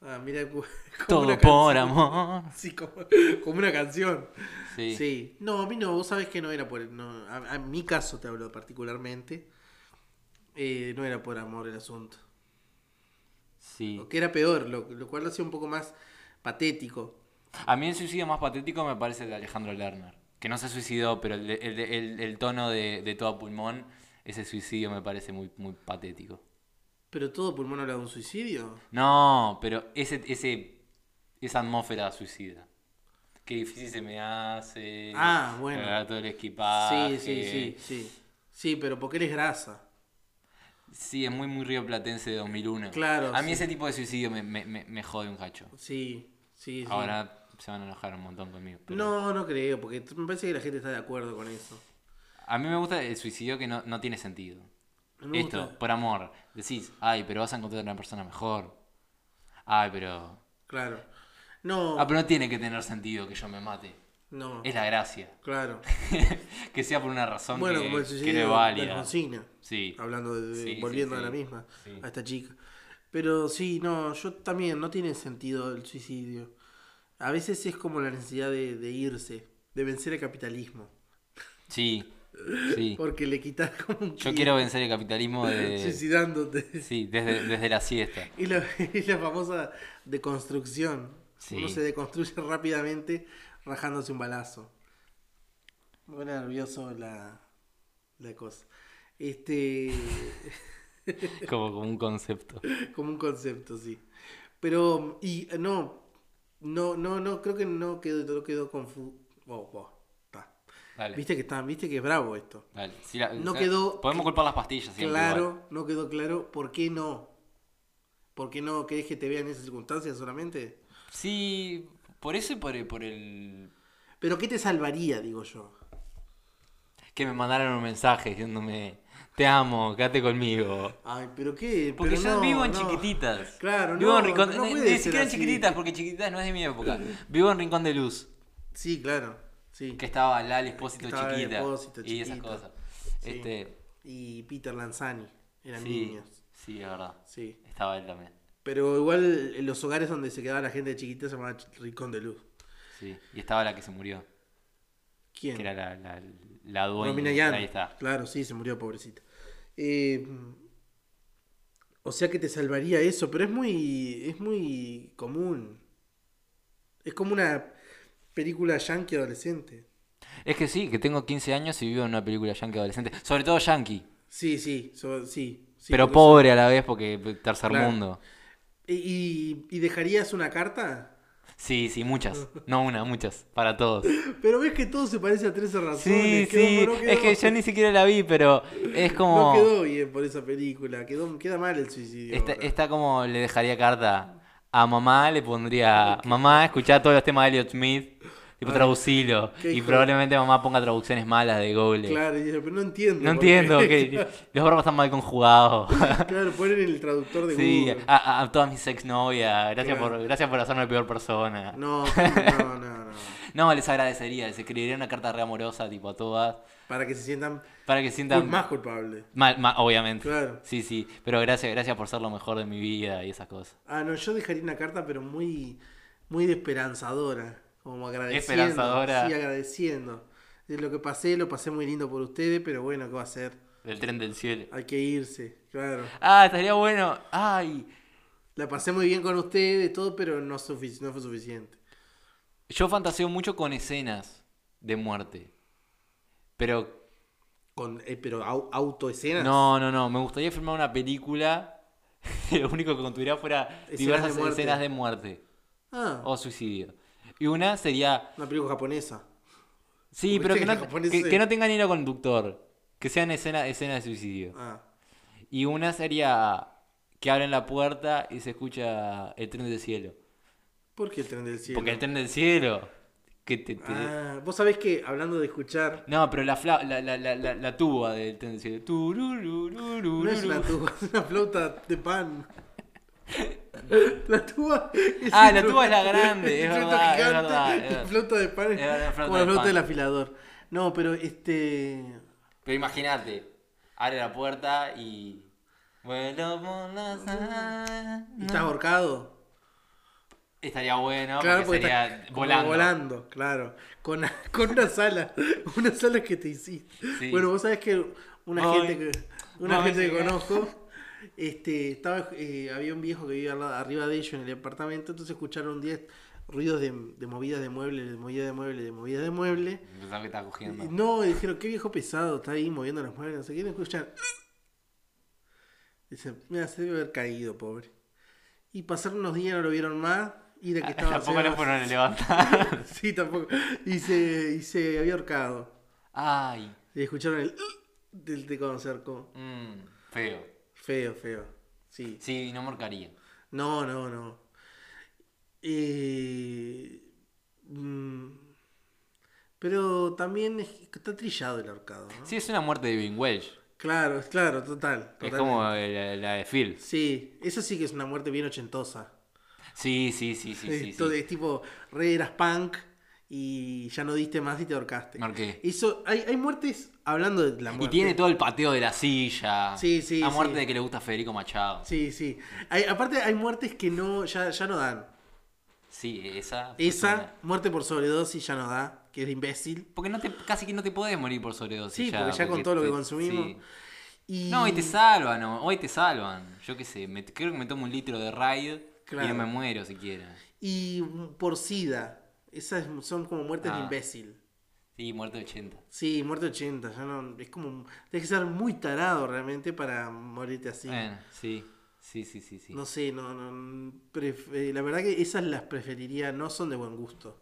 Speaker 1: Ah, mira, cu- como
Speaker 2: Todo
Speaker 1: una
Speaker 2: por
Speaker 1: canción.
Speaker 2: amor.
Speaker 1: Sí, como, como una canción.
Speaker 2: Sí.
Speaker 1: Sí. No, a mí no, vos sabés que no era por. No, a, a mi caso te hablo particularmente. eh, no era por amor el asunto.
Speaker 2: sí.
Speaker 1: Lo que era peor, lo, lo cual lo hacía un poco más patético.
Speaker 2: A mí el suicidio más patético me parece el de Alejandro Lerner. Que no se suicidó, pero el, de- el de- el- el tono de, de todo pulmón, ese suicidio me parece muy, muy patético.
Speaker 1: Pero todo pulmón habla de un suicidio.
Speaker 2: No, pero ese, ese, esa atmósfera suicida. Qué difícil se me hace.
Speaker 1: Ah, bueno.
Speaker 2: cargar todo el equipaje.
Speaker 1: sí, sí, sí, sí. Sí, pero porque eres grasa.
Speaker 2: Sí, es muy, muy río platense de 2001.
Speaker 1: Claro,
Speaker 2: A mí
Speaker 1: sí.
Speaker 2: ese tipo de suicidio me, me, me- me jode un cacho.
Speaker 1: Sí, sí, sí.
Speaker 2: Ahora se van a enojar un montón conmigo. pero-
Speaker 1: No, no creo, porque t- me parece que la gente está de acuerdo con eso.
Speaker 2: A mí me gusta el suicidio que no, no tiene sentido.
Speaker 1: Me
Speaker 2: Esto,
Speaker 1: gusta.
Speaker 2: por amor. Decís, ay, pero vas a encontrar una persona mejor. Ay, pero.
Speaker 1: Claro. No,
Speaker 2: Ah, pero no tiene que tener sentido que yo me mate.
Speaker 1: no.
Speaker 2: Es la gracia.
Speaker 1: Claro.
Speaker 2: que sea por una razón
Speaker 1: Bueno,
Speaker 2: que,
Speaker 1: como el
Speaker 2: que
Speaker 1: suicidio
Speaker 2: no es
Speaker 1: de
Speaker 2: válida.
Speaker 1: Alfonsina.
Speaker 2: Sí.
Speaker 1: Hablando de, de-
Speaker 2: Sí, sí,
Speaker 1: volviendo
Speaker 2: sí.
Speaker 1: a la misma,
Speaker 2: Sí.
Speaker 1: a esta chica. Pero sí, no, yo también, no tiene sentido el suicidio. A veces es como la necesidad de, de irse, de vencer el capitalismo.
Speaker 2: Sí. Sí.
Speaker 1: Porque le quitas como un
Speaker 2: Yo
Speaker 1: pie
Speaker 2: quiero vencer el capitalismo de.
Speaker 1: suicidándote.
Speaker 2: Sí, desde, desde la siesta.
Speaker 1: Y la, y la famosa deconstrucción.
Speaker 2: Sí.
Speaker 1: Uno se deconstruye rápidamente rajándose un balazo. Me pone nervioso la, la cosa. Este,
Speaker 2: Como, como un concepto.
Speaker 1: como un concepto, sí. Pero, y no, no, no, no, creo que no quedó, no quedó confuso.
Speaker 2: Dale.
Speaker 1: Viste que está, viste que es bravo esto.
Speaker 2: Dale. Sí, la-
Speaker 1: No
Speaker 2: o sea,
Speaker 1: quedó-
Speaker 2: Podemos culpar las pastillas. siempre, igual.
Speaker 1: Claro, no quedó claro. ¿Por qué no? ¿Por qué no querés que te vean en esas circunstancias solamente?
Speaker 2: Sí. Por eso y por el- por el
Speaker 1: Pero ¿qué te salvaría, digo yo?
Speaker 2: que me mandaron un mensaje diciéndome, te amo, quédate conmigo.
Speaker 1: Ay, pero qué.
Speaker 2: Porque
Speaker 1: pero
Speaker 2: yo
Speaker 1: no,
Speaker 2: vivo en
Speaker 1: no.
Speaker 2: chiquititas.
Speaker 1: Claro,
Speaker 2: vivo
Speaker 1: no.
Speaker 2: en rincón
Speaker 1: no
Speaker 2: ni-
Speaker 1: puede
Speaker 2: ni
Speaker 1: ser
Speaker 2: siquiera en
Speaker 1: así.
Speaker 2: chiquititas, porque chiquititas no es de mi época. Vivo en Rincón de Luz,
Speaker 1: Sí, claro. Sí.
Speaker 2: que estaba Lali Espósito
Speaker 1: Estaba Lali
Speaker 2: chiquita.
Speaker 1: Espósito
Speaker 2: y esas
Speaker 1: chiquita.
Speaker 2: cosas.
Speaker 1: Sí.
Speaker 2: Este,
Speaker 1: Y Peter Lanzani. Eran
Speaker 2: sí,
Speaker 1: niños.
Speaker 2: sí, es verdad.
Speaker 1: Sí.
Speaker 2: Estaba él también.
Speaker 1: Pero igual en los hogares donde se quedaba la gente chiquita se llamaba Ch- Rincón de Luz.
Speaker 2: Sí. Y estaba la que se murió,
Speaker 1: ¿Quién?
Speaker 2: que era la, la, la dueña.
Speaker 1: Romina Yan.
Speaker 2: Ahí está.
Speaker 1: Claro, sí, se murió, pobrecita. Eh, o sea que te salvaría eso, pero es muy, es muy común. Es como una película yankee adolescente.
Speaker 2: Es que sí, que tengo 15 años y vivo en una película yankee adolescente. Sobre todo yankee,
Speaker 1: Sí, sí, so- sí, sí,
Speaker 2: pero
Speaker 1: porque son-
Speaker 2: pobre a la vez porque tercer
Speaker 1: Claro.
Speaker 2: mundo.
Speaker 1: ¿Y, y- y dejarías una carta?
Speaker 2: Sí, sí, muchas. No una, muchas. Para todos.
Speaker 1: Pero ves que todo se parece a 13 razones.
Speaker 2: Sí,
Speaker 1: quedó-
Speaker 2: sí.
Speaker 1: no quedó-
Speaker 2: Es que yo ni siquiera la vi, pero es
Speaker 1: No
Speaker 2: como. Este
Speaker 1: quedó bien por esa película. Quedó, queda mal el suicidio.
Speaker 2: Está,
Speaker 1: ahora.
Speaker 2: está como le dejaría carta. A mamá le pondría. Mamá, escuchá todos los temas de Elliot Smith. Tipo, traducilo.
Speaker 1: qué
Speaker 2: Y
Speaker 1: hijo de-
Speaker 2: probablemente mamá ponga traducciones malas de Google.
Speaker 1: Claro, y dice, pero no entiendo.
Speaker 2: No
Speaker 1: por qué.
Speaker 2: entiendo. que Los verbos están mal conjugados.
Speaker 1: Claro, ponen el traductor de
Speaker 2: Sí,
Speaker 1: Google.
Speaker 2: a, a- a todas mis ex novias. Gracias,
Speaker 1: Claro.
Speaker 2: por, gracias por hacerme peor persona.
Speaker 1: No, no, no, no.
Speaker 2: No, les agradecería. Les escribiría una carta re amorosa, tipo, a todas.
Speaker 1: Para que se sientan
Speaker 2: Para que sientan.
Speaker 1: más culpables.
Speaker 2: Mal, mal, obviamente.
Speaker 1: Claro.
Speaker 2: Sí, sí. Pero gracias, gracias por ser lo mejor de mi vida y esas cosas.
Speaker 1: Ah, no, yo dejaría una carta, pero muy, muy esperanzadora. Como agradeciendo.
Speaker 2: Esperanzadora.
Speaker 1: Sí, agradeciendo. De lo que pasé, lo pasé muy lindo por ustedes, pero bueno, ¿qué va a ser?
Speaker 2: Del tren del cielo.
Speaker 1: Hay que irse, claro.
Speaker 2: Ah, estaría bueno. Ay.
Speaker 1: La pasé muy bien con ustedes, todo, pero no, sufici- no fue suficiente.
Speaker 2: Yo fantaseo mucho con escenas de muerte. Pero.
Speaker 1: Con, eh, pero au- autoescenas.
Speaker 2: No, no, no. Me gustaría filmar una película. Lo único que contuviera fuera
Speaker 1: Escenas
Speaker 2: diversas
Speaker 1: de muerte.
Speaker 2: escenas de muerte
Speaker 1: Ah,
Speaker 2: o suicidio. Y una sería.
Speaker 1: una película japonesa.
Speaker 2: Sí,
Speaker 1: Viste
Speaker 2: pero que
Speaker 1: que
Speaker 2: no,
Speaker 1: los japoneses-
Speaker 2: que- que no tengan hilo conductor. Que sean escenas escenas de suicidio.
Speaker 1: Ah,
Speaker 2: Y una sería que abren la puerta y se escucha el tren del cielo.
Speaker 1: ¿por qué el tren del cielo?
Speaker 2: Porque el tren del cielo. Que te, te-
Speaker 1: Ah, vos sabés que hablando de escuchar,
Speaker 2: No, pero la, fla- la, la, la, la- la tuba del tren del cielo. Turururururu.
Speaker 1: no es una tuba, es una flauta de pan. La tuba es
Speaker 2: Ah,
Speaker 1: un
Speaker 2: la
Speaker 1: instrumento-
Speaker 2: tuba es la grande, es
Speaker 1: instrumento
Speaker 2: verdad, es
Speaker 1: gigante,
Speaker 2: verdad, es
Speaker 1: La
Speaker 2: verdad.
Speaker 1: flauta de pan
Speaker 2: Es verdad, la flauta
Speaker 1: como
Speaker 2: de
Speaker 1: la flauta
Speaker 2: pan.
Speaker 1: del afilador. No, pero este
Speaker 2: Pero imagínate, abre la puerta y. Bueno, por las alas.
Speaker 1: ¿Y estás ahorcado?
Speaker 2: Estaría bueno,
Speaker 1: claro,
Speaker 2: porque
Speaker 1: porque
Speaker 2: sería
Speaker 1: estás como
Speaker 2: volando.
Speaker 1: volando, claro. Con, con una sala, una sala que te hiciste.
Speaker 2: Sí.
Speaker 1: Bueno, vos sabés que una
Speaker 2: Voy.
Speaker 1: gente que, una
Speaker 2: Voy,
Speaker 1: gente que
Speaker 2: llega.
Speaker 1: conozco, este, estaba, eh, había un viejo que vivía al lado- arriba de ellos en el apartamento, entonces escucharon 10 ruidos de, de movidas de mueble, de movidas de mueble, de movidas de mueble.
Speaker 2: Pensaba que estaba
Speaker 1: Y
Speaker 2: cogiendo.
Speaker 1: No, y dijeron, qué viejo pesado, está ahí moviendo las muebles, no sé qué, no escuchan. Dicen, mira, se debe haber caído, pobre. Y pasaron unos días, no lo vieron más, y de que estaba
Speaker 2: Ah, Tampoco
Speaker 1: haciendo-
Speaker 2: lo fueron a levantar.
Speaker 1: Sí, tampoco. Y se, y se había ahorcado.
Speaker 2: Ay,
Speaker 1: Y escucharon el "Uh", del de cuando se ahorcó.
Speaker 2: mm, feo.
Speaker 1: Feo, feo. Sí.
Speaker 2: Sí, no morcaría.
Speaker 1: No, no, no. Eh, mm, pero también es- está trillado el ahorcado, ¿no?
Speaker 2: Sí, es una muerte de Bing Welsh.
Speaker 1: Claro, es- claro, total.
Speaker 2: Es
Speaker 1: total.
Speaker 2: como la, la de Phil.
Speaker 1: Sí, eso sí que es una muerte bien ochentosa.
Speaker 2: Sí, sí, sí, sí, sí.
Speaker 1: Esto
Speaker 2: sí.
Speaker 1: de- Es tipo, re eras punk y ya no diste más y te ahorcaste.
Speaker 2: Me ahorqué.
Speaker 1: Eso, hay, hay muertes hablando de la
Speaker 2: Y
Speaker 1: muerte.
Speaker 2: tiene todo el pateo de la silla.
Speaker 1: Sí, sí,
Speaker 2: La muerte
Speaker 1: sí.
Speaker 2: de que le gusta a Federico Machado. Sí,
Speaker 1: Sí, sí. Hay- aparte hay muertes que no, ya, ya no dan.
Speaker 2: esa. fue
Speaker 1: Esa,
Speaker 2: una-
Speaker 1: muerte por sobredosis ya no da, que es de imbécil.
Speaker 2: Porque no te, casi que no te podés morir por sobredosis.
Speaker 1: Sí, porque ya con todo lo que
Speaker 2: te-
Speaker 1: consumimos.
Speaker 2: sí.
Speaker 1: Y...
Speaker 2: No, y te salvan, o- hoy te salvan. Yo qué sé, me- creo que me tomo un litro de Raid y
Speaker 1: Claro.
Speaker 2: no me muero siquiera.
Speaker 1: y por sida. Esas son como muertes de
Speaker 2: Ah.
Speaker 1: imbécil.
Speaker 2: Sí, muerto de 80.
Speaker 1: Sí, muerte 80, ya no, es como, tienes que ser muy tarado realmente para morirte así.
Speaker 2: Bueno, sí, sí, sí, sí. sí.
Speaker 1: No sé, no, no pref- eh, la verdad que esas las preferiría, no son de buen gusto.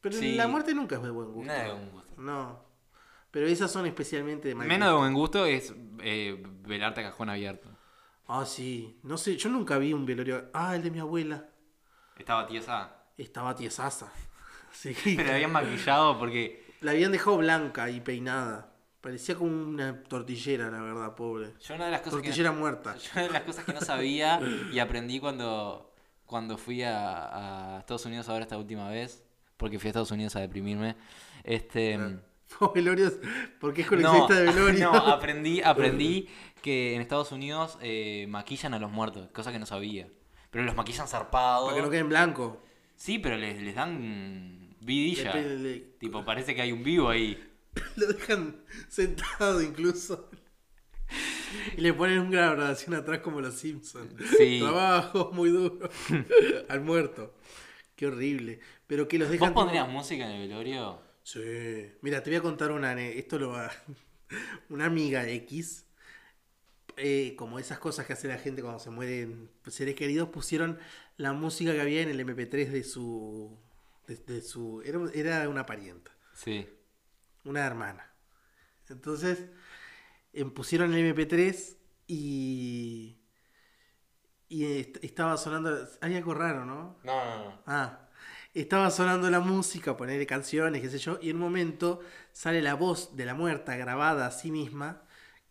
Speaker 1: Pero
Speaker 2: Sí.
Speaker 1: la muerte nunca es de buen gusto.
Speaker 2: Nada de buen gusto.
Speaker 1: No. Pero esas son especialmente de mal
Speaker 2: Menos de
Speaker 1: gusto.
Speaker 2: buen gusto es eh, velarte a cajón abierto.
Speaker 1: Ah, sí. No sé, yo nunca vi un velorio. Ah, el de mi abuela.
Speaker 2: Estaba tiesa.
Speaker 1: Estaba tiesaza. Sí.
Speaker 2: Pero la habían maquillado porque
Speaker 1: La habían dejado blanca y peinada. Parecía como una tortillera, la verdad, pobre.
Speaker 2: yo una de las cosas que...
Speaker 1: Tortillera muerta.
Speaker 2: Yo una de las cosas que no sabía y aprendí cuando, cuando fui a, a Estados Unidos ahora esta última vez, porque fui a Estados Unidos a deprimirme. Este,
Speaker 1: Fue velorios, porque es coleccionista de velorio.
Speaker 2: no, aprendí, aprendí que en Estados Unidos eh, maquillan a los muertos, cosa que no sabía. Pero los maquillan zarpados.
Speaker 1: Para que no quede en blanco.
Speaker 2: Sí, pero les, les dan vidilla.
Speaker 1: Le- le-
Speaker 2: Tipo, parece que hay un vivo ahí.
Speaker 1: Lo dejan sentado incluso. Y le ponen una grabación atrás como los Simpsons.
Speaker 2: Sí.
Speaker 1: Trabajo muy duro. Al muerto. Qué horrible. Pero que los
Speaker 2: ¿Vos
Speaker 1: dejan. tipo-
Speaker 2: pondrías música en el velorio?
Speaker 1: Sí. Mira, te voy a contar una. ane- Esto lo va. Una amiga X. eh, como esas cosas que hace la gente cuando se mueren pues, seres queridos, pusieron la música que había en el MP3 de su. de, de su era, un- era una parienta
Speaker 2: Sí.
Speaker 1: una hermana. Entonces, em, pusieron el MP3 y. Y est- estaba sonando. Hay algo raro, ¿no?
Speaker 3: No, no, no.
Speaker 1: Ah. Estaba sonando la música, ponerle canciones, qué sé yo, y en un momento sale la voz de la muerta grabada a sí misma,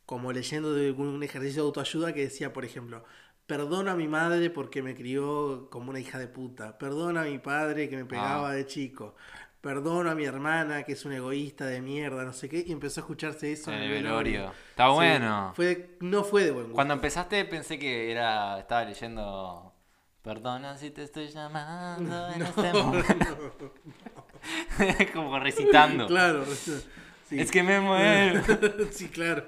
Speaker 1: como leyendo de algún ejercicio de autoayuda que decía, por ejemplo, perdono a mi madre porque me crió como una hija de puta, perdono a mi padre
Speaker 2: Ah.
Speaker 1: que me pegaba de chico, perdono a mi hermana que es una egoísta de mierda, no sé qué, y empezó a escucharse eso
Speaker 2: En
Speaker 1: en
Speaker 2: el
Speaker 1: el
Speaker 2: velorio.
Speaker 1: velorio.
Speaker 2: Eh, Está
Speaker 1: Sí,
Speaker 2: bueno.
Speaker 1: fue de- no fue de buen gusto.
Speaker 2: Cuando empezaste pensé que era estaba leyendo Perdona si te estoy llamando en este momento. Como recitando.
Speaker 1: Claro. sí.
Speaker 2: Es que me muero.
Speaker 1: sí, claro.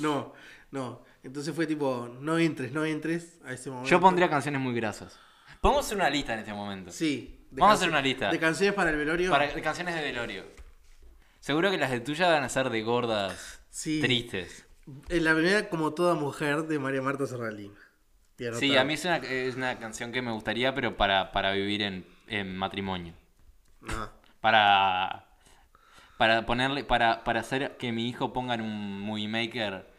Speaker 1: No, no. Entonces fue tipo, no entres, no entres a ese momento.
Speaker 2: Yo pondría canciones muy grasas. Podemos hacer una lista en este momento.
Speaker 1: Sí. de
Speaker 2: Vamos a hacer
Speaker 1: cancio-
Speaker 2: una lista.
Speaker 1: De canciones para el velorio.
Speaker 2: Para de canciones de velorio. Seguro que las de tuya van a ser de gordas,
Speaker 1: Sí.
Speaker 2: tristes.
Speaker 1: En la primera, como toda mujer, de María Marta Serralín. Bien
Speaker 2: Sí,
Speaker 1: anotado.
Speaker 2: a mí es una, es una canción que me gustaría, pero para, para vivir en, en matrimonio.
Speaker 1: Ajá.
Speaker 2: para para ponerle para, para hacer que mi hijo ponga en un movie maker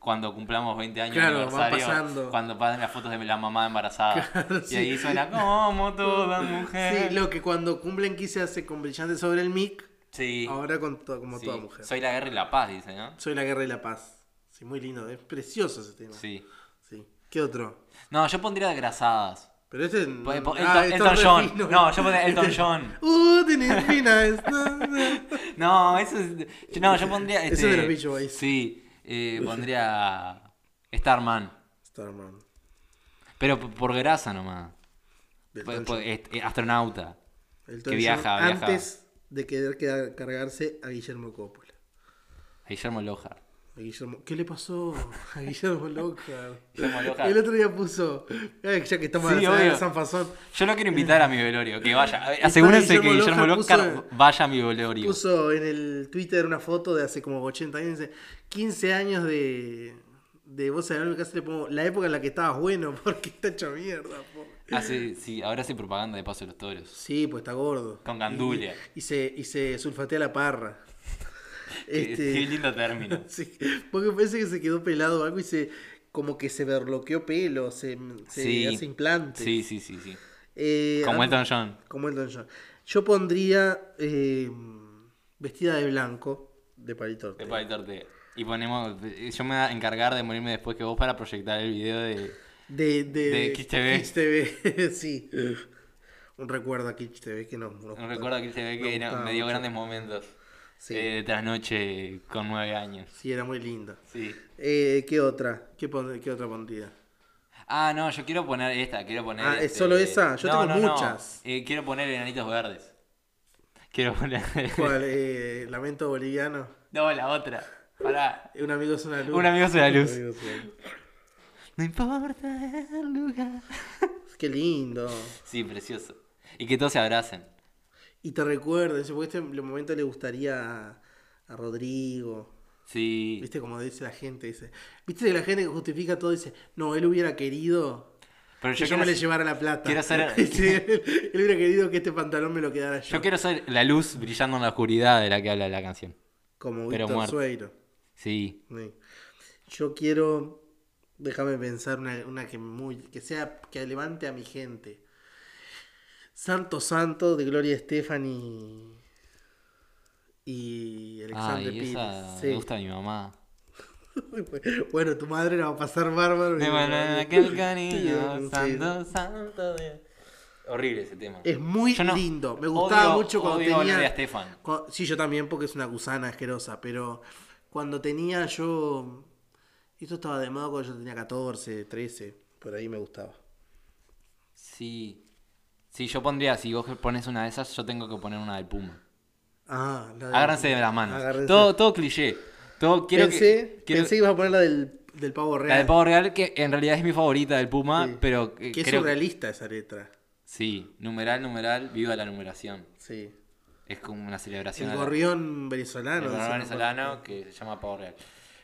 Speaker 2: cuando cumplamos 20 años de
Speaker 1: Claro, va
Speaker 2: aniversario,
Speaker 1: pasando.
Speaker 2: cuando pasen las fotos de la mamá embarazada
Speaker 1: Claro,
Speaker 2: y
Speaker 1: sí.
Speaker 2: ahí suena como toda mujer
Speaker 1: Sí, lo que cuando cumplen 15 hace con brillante sobre el mic.
Speaker 2: Sí,
Speaker 1: Ahora con to- como
Speaker 2: sí.
Speaker 1: toda mujer. Soy...
Speaker 2: soy la guerra y la paz dice no
Speaker 1: la guerra y la paz. Sí, muy lindo. Es precioso ese tema.
Speaker 2: sí
Speaker 1: Sí. ¿Qué otro?
Speaker 2: no yo pondría desgrasadas
Speaker 1: Pero este.
Speaker 2: Po- Pues, po-
Speaker 1: Ah,
Speaker 2: Elton,
Speaker 1: esto
Speaker 2: Elton
Speaker 1: es re
Speaker 2: John
Speaker 1: fino.
Speaker 2: no yo pondría Elton John
Speaker 1: Uh, tenés finas.
Speaker 2: No, eso es. yo- No, yo pondría.
Speaker 1: Eso es
Speaker 2: este,
Speaker 1: de los Beach Boys.
Speaker 2: Sí, eh, pondría. Starman.
Speaker 1: Starman.
Speaker 2: Pero p- por grasa nomás.
Speaker 1: del
Speaker 2: P-
Speaker 1: Elton
Speaker 2: por-
Speaker 1: John.
Speaker 2: este, astronauta.
Speaker 1: Elton
Speaker 2: que
Speaker 1: John,
Speaker 2: viaja, viaja.
Speaker 1: Antes de querer quedar- cargarse a Guillermo Coppola.
Speaker 2: Guillermo Loja.
Speaker 1: A Guillermo- ¿Qué le pasó a Guillermo Loca?
Speaker 2: Guillermo Loca.
Speaker 1: El otro día puso, eh, ya que estamos
Speaker 2: Sí,
Speaker 1: en la semana
Speaker 2: obvio.
Speaker 1: de San Fasón,
Speaker 2: Yo lo quiero invitar a mi velorio, que vaya. Asegúrense que
Speaker 1: Guillermo
Speaker 2: Guillermo
Speaker 1: Loja
Speaker 2: Loja
Speaker 1: puso-
Speaker 2: vaya a mi velorio.
Speaker 1: puso en el Twitter una foto de hace como 80 años, dice, 15 años de, de vos sabés, casi le pongo la época en la que estabas bueno, porque está hecho mierda. po".
Speaker 2: Hace, sí, ahora hace propaganda de Paso de los Toros.
Speaker 1: Sí, pues está gordo.
Speaker 2: Con gandulia.
Speaker 1: Y, y se, y se sulfatea la parra. Este,
Speaker 2: Qué- Qué lindo término.
Speaker 1: Sí, porque parece que se quedó pelado o algo y se como que se berloqueó pelo, se, se
Speaker 2: Sí.
Speaker 1: hace implantes.
Speaker 2: Sí, sí, sí, sí.
Speaker 1: Eh,
Speaker 2: Como
Speaker 1: ah,
Speaker 2: Elton John.
Speaker 1: Como Elton John. Yo pondría eh, vestida de blanco de palito
Speaker 2: De
Speaker 1: Ortega.
Speaker 2: Pablo Torte. Y ponemos. eh, Yo me voy a encargar de morirme después que vos para proyectar el video de.
Speaker 1: De, de,
Speaker 2: de Kiss TV.
Speaker 1: Kiss TV, sí. Un recuerdo a Kitch TV que nos, nos
Speaker 2: No recuerdo que se ve que era-
Speaker 1: gustaba
Speaker 2: me dio
Speaker 1: mucho.
Speaker 2: grandes momentos.
Speaker 1: Sí.
Speaker 2: Eh, de trasnoche con nueve años.
Speaker 1: Sí, era muy linda.
Speaker 2: Sí.
Speaker 1: Eh, ¿Qué otra? ¿Qué, pon- qué otra pondría?
Speaker 2: Ah, no, yo quiero poner esta, quiero poner. este
Speaker 1: Ah, ¿es solo esa? Yo tengo muchas.
Speaker 2: Eh, quiero poner enanitos verdes. Quiero poner.
Speaker 1: ¿Cuál? Eh, Lamento boliviano.
Speaker 2: no, la otra. Pará.
Speaker 1: Un amigo es una luz.
Speaker 2: Un amigo es una luz.
Speaker 1: Un amigo es una luz.
Speaker 2: No importa el lugar.
Speaker 1: Qué lindo.
Speaker 2: Sí, precioso. Y que todos se abracen.
Speaker 1: Y te recuerden, porque este momento le gustaría a, a Rodrigo.
Speaker 2: Sí.
Speaker 1: Viste como dice la gente, dice. Viste que la gente que justifica todo dice, no, él hubiera querido
Speaker 2: Pero
Speaker 1: que
Speaker 2: yo,
Speaker 1: yo,
Speaker 2: quiero,
Speaker 1: me le
Speaker 2: ser-
Speaker 1: llevara la plata.
Speaker 2: quiero ser-
Speaker 1: Dice, él, él hubiera querido que este pantalón me lo quedara yo.
Speaker 2: yo quiero ser la luz brillando en la oscuridad de la que habla la canción.
Speaker 1: Como
Speaker 2: pero
Speaker 1: Víctor
Speaker 2: muerto.
Speaker 1: Sueiro.
Speaker 2: Sí.
Speaker 1: Sí. Yo quiero. Déjame pensar una, una que muy. que sea. que levante a mi gente. Santo Santo de Gloria Estefani y
Speaker 2: Ah,
Speaker 1: Alexander
Speaker 2: y esa
Speaker 1: Pires.
Speaker 2: me
Speaker 1: Sí.
Speaker 2: gusta a mi mamá.
Speaker 1: Bueno, tu madre la va a pasar bárbaro.
Speaker 2: De banana, aquel canino,
Speaker 1: Sí.
Speaker 2: santo, santo de- Horrible ese tema.
Speaker 1: Es muy
Speaker 2: Yo no-
Speaker 1: lindo. Me gustaba
Speaker 2: odio-
Speaker 1: mucho cuando
Speaker 2: odio
Speaker 1: tenía.
Speaker 2: Gloria Estefan.
Speaker 1: cua- Sí, yo también, porque es una gusana asquerosa. Pero cuando tenía yo. Esto estaba de moda cuando yo tenía 14, 13. Por ahí me gustaba.
Speaker 2: Sí. Sí, yo pondría, si vos pones una de esas, yo tengo que poner una del Puma.
Speaker 1: Ah, la de-
Speaker 2: Agárrense de las manos.
Speaker 1: Agárrense.
Speaker 2: Todo, todo cliché. Todo, quiero
Speaker 1: pensé,
Speaker 2: que, quiero-
Speaker 1: pensé que ibas a poner la del, del pavo real.
Speaker 2: La del Pavo Real, que en realidad es mi favorita del Puma,
Speaker 1: Sí.
Speaker 2: pero eh,
Speaker 1: Que es
Speaker 2: creo-
Speaker 1: surrealista esa letra.
Speaker 2: Sí, numeral, numeral, viva la numeración.
Speaker 1: Sí.
Speaker 2: Es como una celebración.
Speaker 1: El
Speaker 2: a la-
Speaker 1: gorrión
Speaker 2: El
Speaker 1: venezolano.
Speaker 2: programa
Speaker 1: dice,
Speaker 2: venezolano que se llama Pavo Real.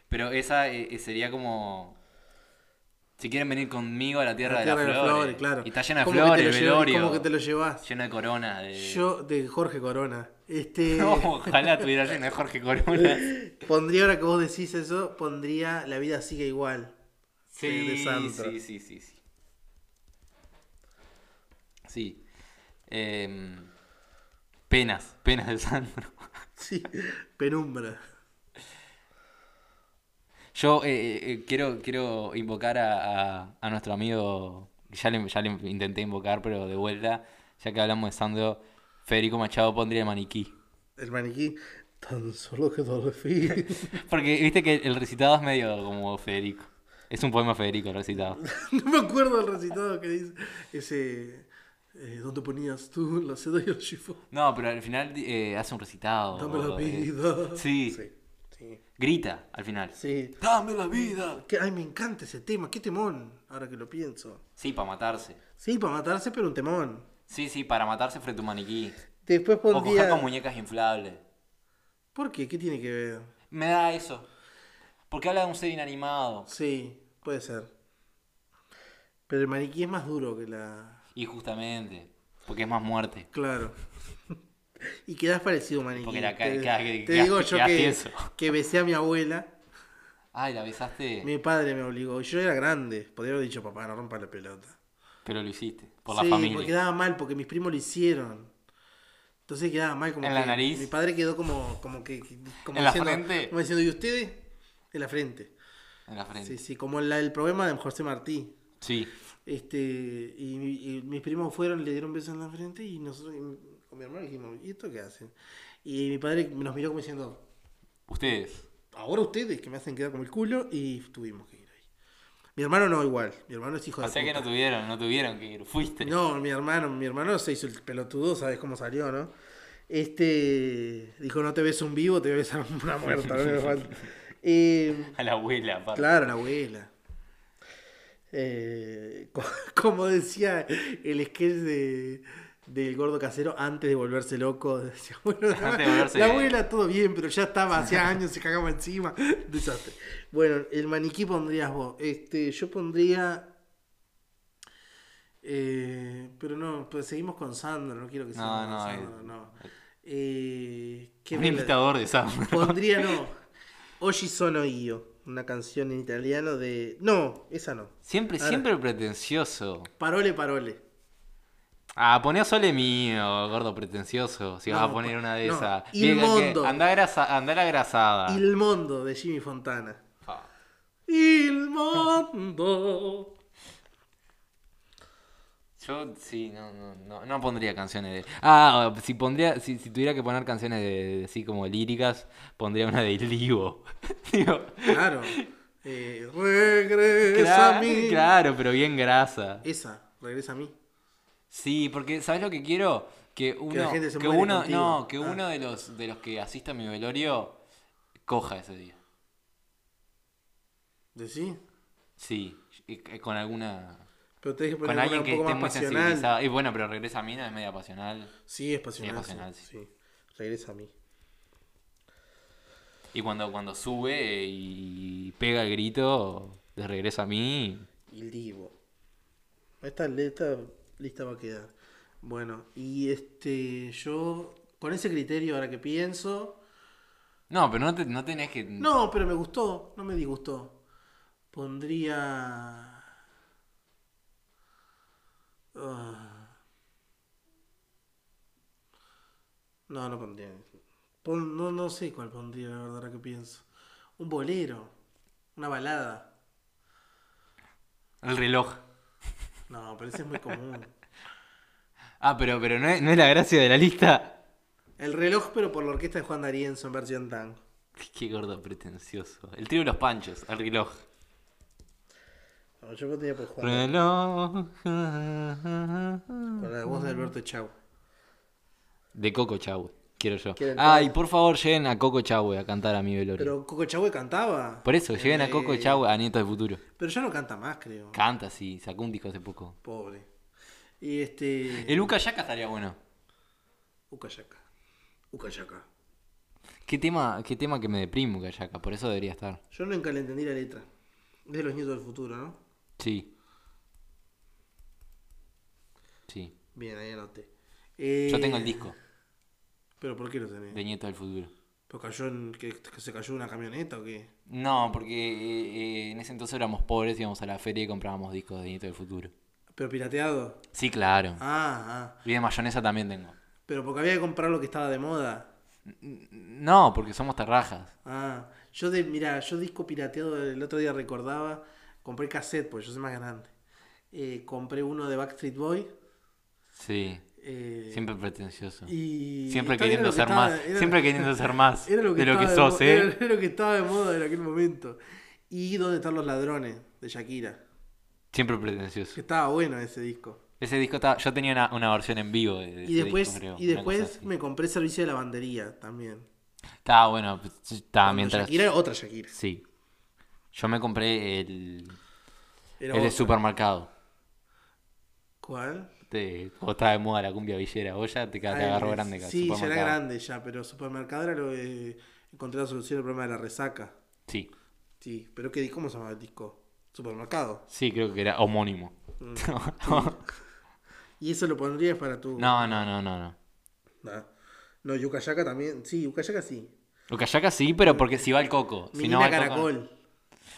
Speaker 2: Pero esa eh, eh, sería como. Si quieren venir conmigo a la
Speaker 1: La
Speaker 2: tierra,
Speaker 1: tierra
Speaker 2: de las flores. Y está llena de
Speaker 1: Como que
Speaker 2: flores,
Speaker 1: te lo llevas-
Speaker 2: velorio.
Speaker 1: Como que te lo llevas.
Speaker 2: Llena de corona. De...
Speaker 1: Yo, de Jorge Corona. Este.
Speaker 2: No, ojalá tuviera llena de Jorge Corona.
Speaker 1: Pondría, ahora que vos decís eso, pondría La vida sigue igual.
Speaker 2: Sí,
Speaker 1: de Sandra.
Speaker 2: sí, sí, sí, sí. Sí. Em, penas, penas de Sandro.
Speaker 1: Sí. Penumbra.
Speaker 2: Yo eh, eh, quiero, quiero invocar a, a- a nuestro amigo, ya le, ya le intenté invocar, pero de vuelta, ya que hablamos de Sandro, Federico Machado pondría el maniquí.
Speaker 1: El maniquí. Tan solo que fin
Speaker 2: Porque viste que el recitado es medio como Federico. Es un poema Federico el recitado.
Speaker 1: No me acuerdo del recitado que dice ese. eh, ¿Dónde ponías tú la seda y el chifón?
Speaker 2: No, pero al final eh, hace un recitado.
Speaker 1: Dame la
Speaker 2: eh,
Speaker 1: vida.
Speaker 2: sí,
Speaker 1: Sí. sí.
Speaker 2: grita al final.
Speaker 1: sí.
Speaker 2: ¡Dame la vida!
Speaker 1: Que- ay, me encanta ese tema. Qué temón. Ahora que lo pienso.
Speaker 2: Sí, para matarse.
Speaker 1: Sí, para matarse, pero un temón.
Speaker 2: Sí, sí, para matarse frente a un maniquí.
Speaker 1: Después
Speaker 2: O coger
Speaker 1: pondría.
Speaker 2: con muñecas inflables.
Speaker 1: ¿Por qué? ¿Qué tiene que ver?
Speaker 2: Me da eso. Porque habla de un ser inanimado.
Speaker 1: Sí, puede ser. Pero el maniquí es más duro que la.
Speaker 2: Y justamente. Porque es más muerte.
Speaker 1: Claro. Y quedas parecido a un maniquí.
Speaker 2: Porque la ca-
Speaker 1: te,
Speaker 2: ca-
Speaker 1: te
Speaker 2: que- que-
Speaker 1: digo
Speaker 2: que-
Speaker 1: yo
Speaker 2: que
Speaker 1: que,
Speaker 2: hace eso.
Speaker 1: que besé a mi abuela.
Speaker 2: Ay, la besaste.
Speaker 1: Mi padre me obligó. Yo era grande. Podría haber dicho, papá, no rompa la pelota.
Speaker 2: Pero lo hiciste. Por
Speaker 1: sí,
Speaker 2: la familia.
Speaker 1: porque daba mal, porque mis primos lo hicieron. Entonces quedaba mal como
Speaker 2: ¿En
Speaker 1: que
Speaker 2: la nariz?
Speaker 1: mi padre quedó como, como que como
Speaker 2: ¿En la
Speaker 1: diciendo,
Speaker 2: frente?
Speaker 1: como diciendo, ¿y ustedes? En la frente.
Speaker 2: En la frente.
Speaker 1: Sí,
Speaker 2: Sí.
Speaker 1: sí, como la- el problema de José Martí. Este, y, y mis primos fueron, le dieron besos en la frente y nosotros y con mi hermano y dijimos, ¿y esto qué hacen? Y mi padre nos miró como diciendo,
Speaker 2: Ustedes.
Speaker 1: ahora ustedes que me hacen quedar como el culo y tuvimos que ir ahí. Mi hermano no igual, mi hermano es hijo de
Speaker 2: O sea que no
Speaker 1: puta.
Speaker 2: tuvieron, no tuvieron que ir. Fuiste.
Speaker 1: No, mi hermano, mi hermano se hizo el pelotudo, sabes cómo salió, ¿no? Este dijo, no te ves un vivo, te ves a una muerta. ¿no? Me falta. Eh,
Speaker 2: A la abuela, aparte.
Speaker 1: Claro, la abuela. Eh, co- como decía el sketch de, del gordo casero, antes de volverse loco, decía, bueno,
Speaker 2: Antes de
Speaker 1: la-
Speaker 2: volverse-
Speaker 1: la abuela todo bien, pero ya estaba, hacía años, se cagaba encima. Desastre. Bueno, el maniquí pondrías vos. Este, yo pondría. eh, pero no, pues seguimos con Sandro, no quiero que
Speaker 2: No,
Speaker 1: sigamos
Speaker 2: no,
Speaker 1: con
Speaker 2: eh.
Speaker 1: Sandro, no. Eh, ¿qué
Speaker 2: Un
Speaker 1: me-
Speaker 2: invitador de Sam.
Speaker 1: Pondría no. Oggi sono io. Una canción en italiano de. No, esa no.
Speaker 2: Siempre,
Speaker 1: Ahora.
Speaker 2: siempre pretencioso.
Speaker 1: Parole, parole.
Speaker 2: Ah, poné Sole mío, gordo pretencioso. Si vas
Speaker 1: No, pues,
Speaker 2: a poner una de
Speaker 1: no.
Speaker 2: esas.
Speaker 1: Il mondo.
Speaker 2: Andá, grasa, andá la grasada.
Speaker 1: Il mondo de Jimmy Fontana.
Speaker 2: Ah.
Speaker 1: Il mondo.
Speaker 2: Yo sí, no, no, no, no pondría canciones de. Ah, si pondría, si, si tuviera que poner canciones de, de- así como líricas, pondría una de Livo. Digo,
Speaker 1: Claro. Eh, regresa a
Speaker 2: claro,
Speaker 1: mí.
Speaker 2: claro, pero bien grasa.
Speaker 1: Esa, regresa a mí.
Speaker 2: Sí, porque ¿sabes lo que quiero? Que uno, que
Speaker 1: la gente se muere
Speaker 2: uno,
Speaker 1: contigo.
Speaker 2: no, que
Speaker 1: Ah.
Speaker 2: uno de los de los que asista a mi velorio coja ese día.
Speaker 1: ¿Decí?
Speaker 2: Sí, y- y con alguna
Speaker 1: Pero tenés que poner
Speaker 2: con
Speaker 1: una
Speaker 2: alguien
Speaker 1: un
Speaker 2: que
Speaker 1: poco
Speaker 2: esté muy
Speaker 1: más pasional.
Speaker 2: sensibilizado. Y bueno, pero regresa a mí no es media pasional.
Speaker 1: Sí, es pasional.
Speaker 2: Sí, es pasional,
Speaker 1: sí, sí. Regresa a mí.
Speaker 2: Y cuando cuando sube eh, y pega el grito de regresa a mí,
Speaker 1: Il Divo. Esta lista, lista va a quedar. Bueno, y este, yo, con ese criterio ahora que pienso,
Speaker 2: No, pero no, te- no tenés que.
Speaker 1: no, pero me gustó, no me disgustó. Pondría... Ah. No, no pondría. Pon- no, no sé cuál pondría, la verdad, ahora que pienso. Un bolero, una balada.
Speaker 2: El reloj.
Speaker 1: No, pero ese es muy común.
Speaker 2: Ah, pero, pero no, es, no es la gracia de la lista.
Speaker 1: El reloj, pero por la orquesta de Juan D'Arienzo en versión tango.
Speaker 2: Qué gordo pretencioso. El trío de los panchos, el reloj.
Speaker 1: No, yo tenía por Juan.
Speaker 2: Reloj.
Speaker 1: Con la voz de Alberto Chau.
Speaker 2: De Coco Chahue, quiero yo.
Speaker 1: Quiero entrar.
Speaker 2: Ay, por favor, lleguen a Coco Chahue a cantar a mi velorio.
Speaker 1: Pero Coco Chahue cantaba.
Speaker 2: Por eso, lleguen a
Speaker 1: Eh,
Speaker 2: Coco Chahue a Nieto del Futuro.
Speaker 1: Pero ya no canta más, creo.
Speaker 2: Canta, sí, sacó un disco hace poco.
Speaker 1: Pobre. Y este.
Speaker 2: El Uca Yaca estaría bueno.
Speaker 1: Ucayaca. Ucayaca.
Speaker 2: Qué tema, qué tema que me deprime Uca Yaca, por eso debería estar.
Speaker 1: Yo nunca le entendí la letra. Es de los nietos del futuro, ¿no?
Speaker 2: Sí. Sí.
Speaker 1: Bien, ahí anoté.
Speaker 2: Yo
Speaker 1: Eh,
Speaker 2: tengo el disco
Speaker 1: ¿Pero por qué lo tenés?
Speaker 2: de Nieto del Futuro.
Speaker 1: ¿Pero cayó en, que, que se cayó una camioneta o qué?
Speaker 2: No, porque eh, eh, en ese entonces éramos pobres, íbamos a la feria y comprábamos discos de Nieto del Futuro.
Speaker 1: ¿Pero pirateado?
Speaker 2: Sí, claro.
Speaker 1: Ah, ah.
Speaker 2: Y de mayonesa también tengo.
Speaker 1: Pero porque había que comprar lo que estaba de moda.
Speaker 2: N- No, porque somos terrajas.
Speaker 1: Ah, yo de, mira, yo disco pirateado el otro día recordaba, compré cassette, porque yo soy más grande. Eh, compré uno de Backstreet Boy.
Speaker 2: Sí,
Speaker 1: eh,
Speaker 2: siempre pretencioso.
Speaker 1: y estaba-
Speaker 2: Siempre
Speaker 1: era
Speaker 2: queriendo
Speaker 1: lo que
Speaker 2: ser
Speaker 1: estaba-
Speaker 2: más.
Speaker 1: era-
Speaker 2: Siempre queriendo ser más
Speaker 1: era lo que
Speaker 2: de lo que
Speaker 1: estaba de
Speaker 2: sos,
Speaker 1: mo-
Speaker 2: ¿eh?
Speaker 1: Era, era lo que estaba de moda en aquel momento. Y ¿Dónde están los ladrones? de Shakira.
Speaker 2: Siempre
Speaker 1: Que
Speaker 2: pretencioso.
Speaker 1: estaba bueno ese disco.
Speaker 2: Ese disco estaba. Yo tenía una, una versión en vivo de, de
Speaker 1: Y
Speaker 2: ese
Speaker 1: después,
Speaker 2: disco, creo,
Speaker 1: y
Speaker 2: una cosa
Speaker 1: después
Speaker 2: así.
Speaker 1: me compré servicio de lavandería también.
Speaker 2: Estaba bueno. pues, Estaba
Speaker 1: Cuando
Speaker 2: mientras.
Speaker 1: Shakira, otra Shakira.
Speaker 2: Sí. Yo me compré el.
Speaker 1: Era
Speaker 2: el de
Speaker 1: otra.
Speaker 2: supermercado.
Speaker 1: ¿Cuál?
Speaker 2: Te, cuando estaba de moda la cumbia villera, vos ya te, ca- te
Speaker 1: Ah,
Speaker 2: agarró
Speaker 1: el-
Speaker 2: grande. ca-
Speaker 1: Sí, ya era
Speaker 2: supermercado.
Speaker 1: grande ya, pero supermercado era lo de encontrar la solución al problema de la resaca.
Speaker 2: Sí,
Speaker 1: Sí, pero ¿qué, di- ¿cómo se llamaba el disco? Supermercado.
Speaker 2: sí, creo que era homónimo.
Speaker 1: Y eso lo pondrías para tu.
Speaker 2: No, no, no, no, no.
Speaker 1: Nah. No, Yucayaka también. Sí, Yucayaka sí.
Speaker 2: Ucayaca sí, pero porque si va el coco. Si
Speaker 1: Mi
Speaker 2: no
Speaker 1: nina
Speaker 2: va el coco.
Speaker 1: Caracol.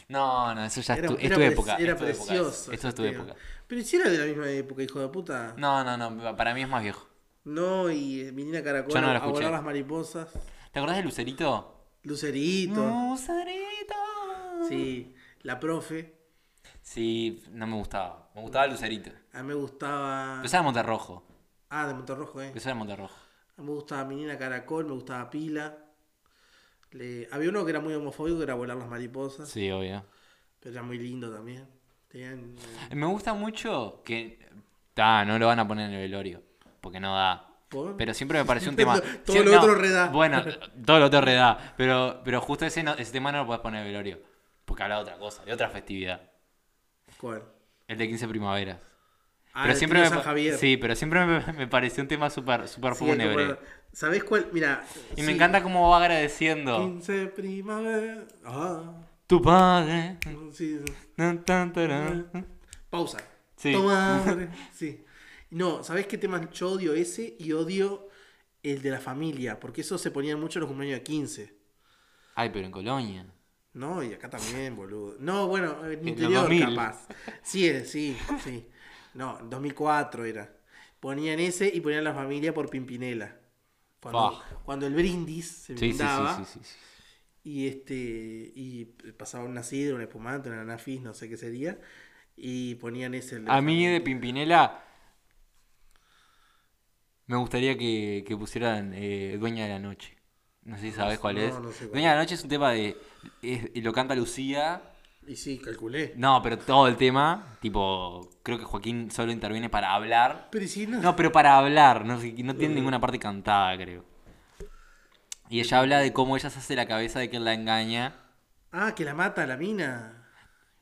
Speaker 2: No, no, eso ya es tu, es tu
Speaker 1: pre-
Speaker 2: época.
Speaker 1: Era
Speaker 2: es tu época,
Speaker 1: precioso.
Speaker 2: Esto es
Speaker 1: ese
Speaker 2: tu
Speaker 1: tema.
Speaker 2: época.
Speaker 1: Pero si era de la misma época, hijo de puta. No,
Speaker 2: No, no, no, para mí es más viejo.
Speaker 1: y eh, mi nina Caracol
Speaker 2: Yo no la
Speaker 1: a volar
Speaker 2: escuché.
Speaker 1: las mariposas.
Speaker 2: ¿Te acordás de Lucerito?
Speaker 1: Lucerito.
Speaker 2: Lucerito.
Speaker 1: Sí. La profe.
Speaker 2: Sí, no me gustaba. Me gustaba Lucerito.
Speaker 1: A mí me gustaba.
Speaker 2: Empezaba de Monterrojo.
Speaker 1: Ah, de Monterrojo, eh.
Speaker 2: Empezaba de Monterrojo.
Speaker 1: Me gustaba Menina Caracol, me gustaba Pila. Le- Había uno que era muy homofóbico, que era volar las mariposas.
Speaker 2: Sí, obvio.
Speaker 1: Pero era muy lindo también. Tenían, eh,
Speaker 2: Me gusta mucho que. Ta, no lo van a poner en el velorio. Porque no da.
Speaker 1: ¿por?
Speaker 2: Pero siempre me pareció un
Speaker 1: Pero
Speaker 2: tema.
Speaker 1: todo
Speaker 2: sí,
Speaker 1: lo
Speaker 2: no,
Speaker 1: otro reda.
Speaker 2: Bueno, todo lo otro reda. Pero, pero justo ese, no- ese tema no lo podés poner en el velorio. Porque habla de otra cosa, de otra festividad.
Speaker 1: ¿Cuál?
Speaker 2: El de 15 primaveras.
Speaker 1: Ah,
Speaker 2: pero
Speaker 1: el
Speaker 2: siempre
Speaker 1: trío
Speaker 2: me,
Speaker 1: San
Speaker 2: pa-
Speaker 1: Javier.
Speaker 2: Sí, pero siempre me, me pareció un tema súper super
Speaker 1: Sí,
Speaker 2: fúnebre.
Speaker 1: como- ¿Sabés cuál? Mira.
Speaker 2: y me encanta cómo va agradeciendo.
Speaker 1: 15 primavera. Ah,
Speaker 2: Tu padre.
Speaker 1: sí. sí.
Speaker 2: tan, tan, tarán.
Speaker 1: Pausa.
Speaker 2: Sí.
Speaker 1: Toma. abre. Sí. No, ¿sabés qué tema? Yo odio ese y odio el de la familia, porque eso se ponía mucho en los cumpleaños de 15.
Speaker 2: Ay, pero en Colonia.
Speaker 1: No, y acá también, boludo. No, bueno, en
Speaker 2: los
Speaker 1: interior
Speaker 2: 2000.
Speaker 1: capaz. Sí, eh, sí, sí. No, en 2004 era. Ponían ese y ponían la familia por Pimpinela. Cuando,
Speaker 2: Bah.
Speaker 1: cuando el brindis se
Speaker 2: Sí, sí, sí,
Speaker 1: brindaba
Speaker 2: sí, sí, sí.
Speaker 1: y este y pasaba una sidra, un espumante, una anafis, no sé qué sería, y ponían ese. el de la
Speaker 2: A mí de
Speaker 1: familia.
Speaker 2: Pimpinela me gustaría que, que pusieran eh, Dueña de la Noche. No sé si sabes cuál
Speaker 1: Ah, no,
Speaker 2: es.
Speaker 1: no sé cuál
Speaker 2: Dueña de la Noche es un tema de... es- y lo canta Lucía.
Speaker 1: Y sí, calculé.
Speaker 2: No, pero todo el tema, tipo, creo que Joaquín solo interviene para hablar.
Speaker 1: Pero y si no.
Speaker 2: No, pero para hablar, no, sé, no tiene ninguna parte cantada, creo. Y ella habla de cómo ella se hace la cabeza de que él la engaña.
Speaker 1: Ah, que la mata la mina.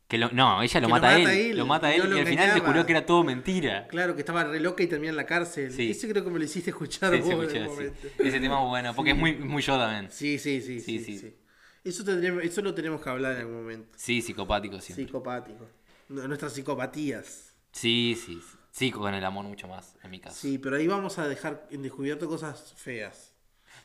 Speaker 2: Que lo- no, ella lo
Speaker 1: Que lo
Speaker 2: mata, a él,
Speaker 1: mata él,
Speaker 2: Lo mata a
Speaker 1: no
Speaker 2: él
Speaker 1: lo
Speaker 2: y al final te
Speaker 1: engañaba.
Speaker 2: juró que era todo mentira.
Speaker 1: Claro, que estaba re loca y termina en la cárcel.
Speaker 2: Sí.
Speaker 1: Ese creo que me lo hiciste escuchar
Speaker 2: Sí,
Speaker 1: vos
Speaker 2: sí,
Speaker 1: en
Speaker 2: escuché,
Speaker 1: un
Speaker 2: sí.
Speaker 1: momento.
Speaker 2: Ese tema es bueno, porque es muy, muy yo también.
Speaker 1: Sí, sí, sí,
Speaker 2: Sí,
Speaker 1: sí,
Speaker 2: sí.
Speaker 1: sí. Eso, tendremos, eso lo tenemos que hablar en algún momento.
Speaker 2: Sí, psicopático siempre.
Speaker 1: Psicopático. No, Nuestras psicopatías.
Speaker 2: Sí, sí, sí. Sí, con el amor mucho más, en mi caso. Sí,
Speaker 1: Sí, pero ahí vamos a dejar en descubierto cosas feas.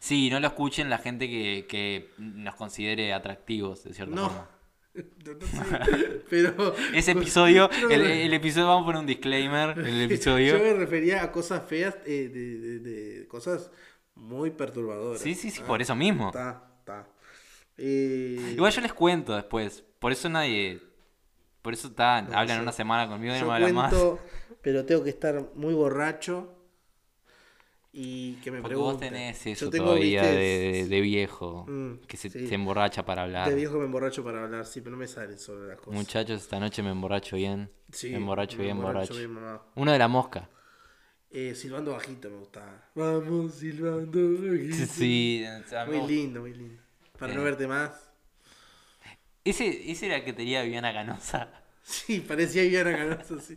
Speaker 2: no lo escuchen la gente que, que nos considere atractivos, de cierta
Speaker 1: No.
Speaker 2: forma.
Speaker 1: No, no sé, pero...
Speaker 2: Ese episodio,
Speaker 1: Yo
Speaker 2: el,
Speaker 1: me-
Speaker 2: el episodio, vamos a poner un disclaimer, el
Speaker 1: Yo
Speaker 2: episodio.
Speaker 1: me refería a cosas feas, eh, de, de- de cosas muy perturbadoras.
Speaker 2: Sí, sí, sí, por eso mismo.
Speaker 1: Está, está. Eh,
Speaker 2: Igual yo les cuento después, por eso nadie, por eso está, hablan
Speaker 1: yo-
Speaker 2: una semana conmigo y no
Speaker 1: Yo
Speaker 2: me hablan más.
Speaker 1: cuento, pero tengo que estar muy borracho y que me
Speaker 2: Porque
Speaker 1: pregunten.
Speaker 2: vos tenés eso
Speaker 1: Yo tengo,
Speaker 2: todavía
Speaker 1: viste,
Speaker 2: de, de- de viejo,
Speaker 1: Mm,
Speaker 2: que se,
Speaker 1: sí.
Speaker 2: se emborracha para hablar.
Speaker 1: de viejo me emborracho para hablar, sí, pero no me salen solo las cosas.
Speaker 2: Muchachos, esta noche me emborracho bien.
Speaker 1: Sí,
Speaker 2: me emborracho
Speaker 1: me
Speaker 2: bien,
Speaker 1: emborracho bien,
Speaker 2: borracho.
Speaker 1: mamá.
Speaker 2: Uno de la mosca.
Speaker 1: Eh, silbando bajito me gustaba. Vamos silbando bajito.
Speaker 2: Sí, sí, o sea, me
Speaker 1: Muy
Speaker 2: gusta.
Speaker 1: lindo, muy lindo. Para no
Speaker 2: Eh.
Speaker 1: verte más.
Speaker 2: ese, ese era el que tenía Viviana Canosa.
Speaker 1: Sí, parecía Viviana Canosa, sí.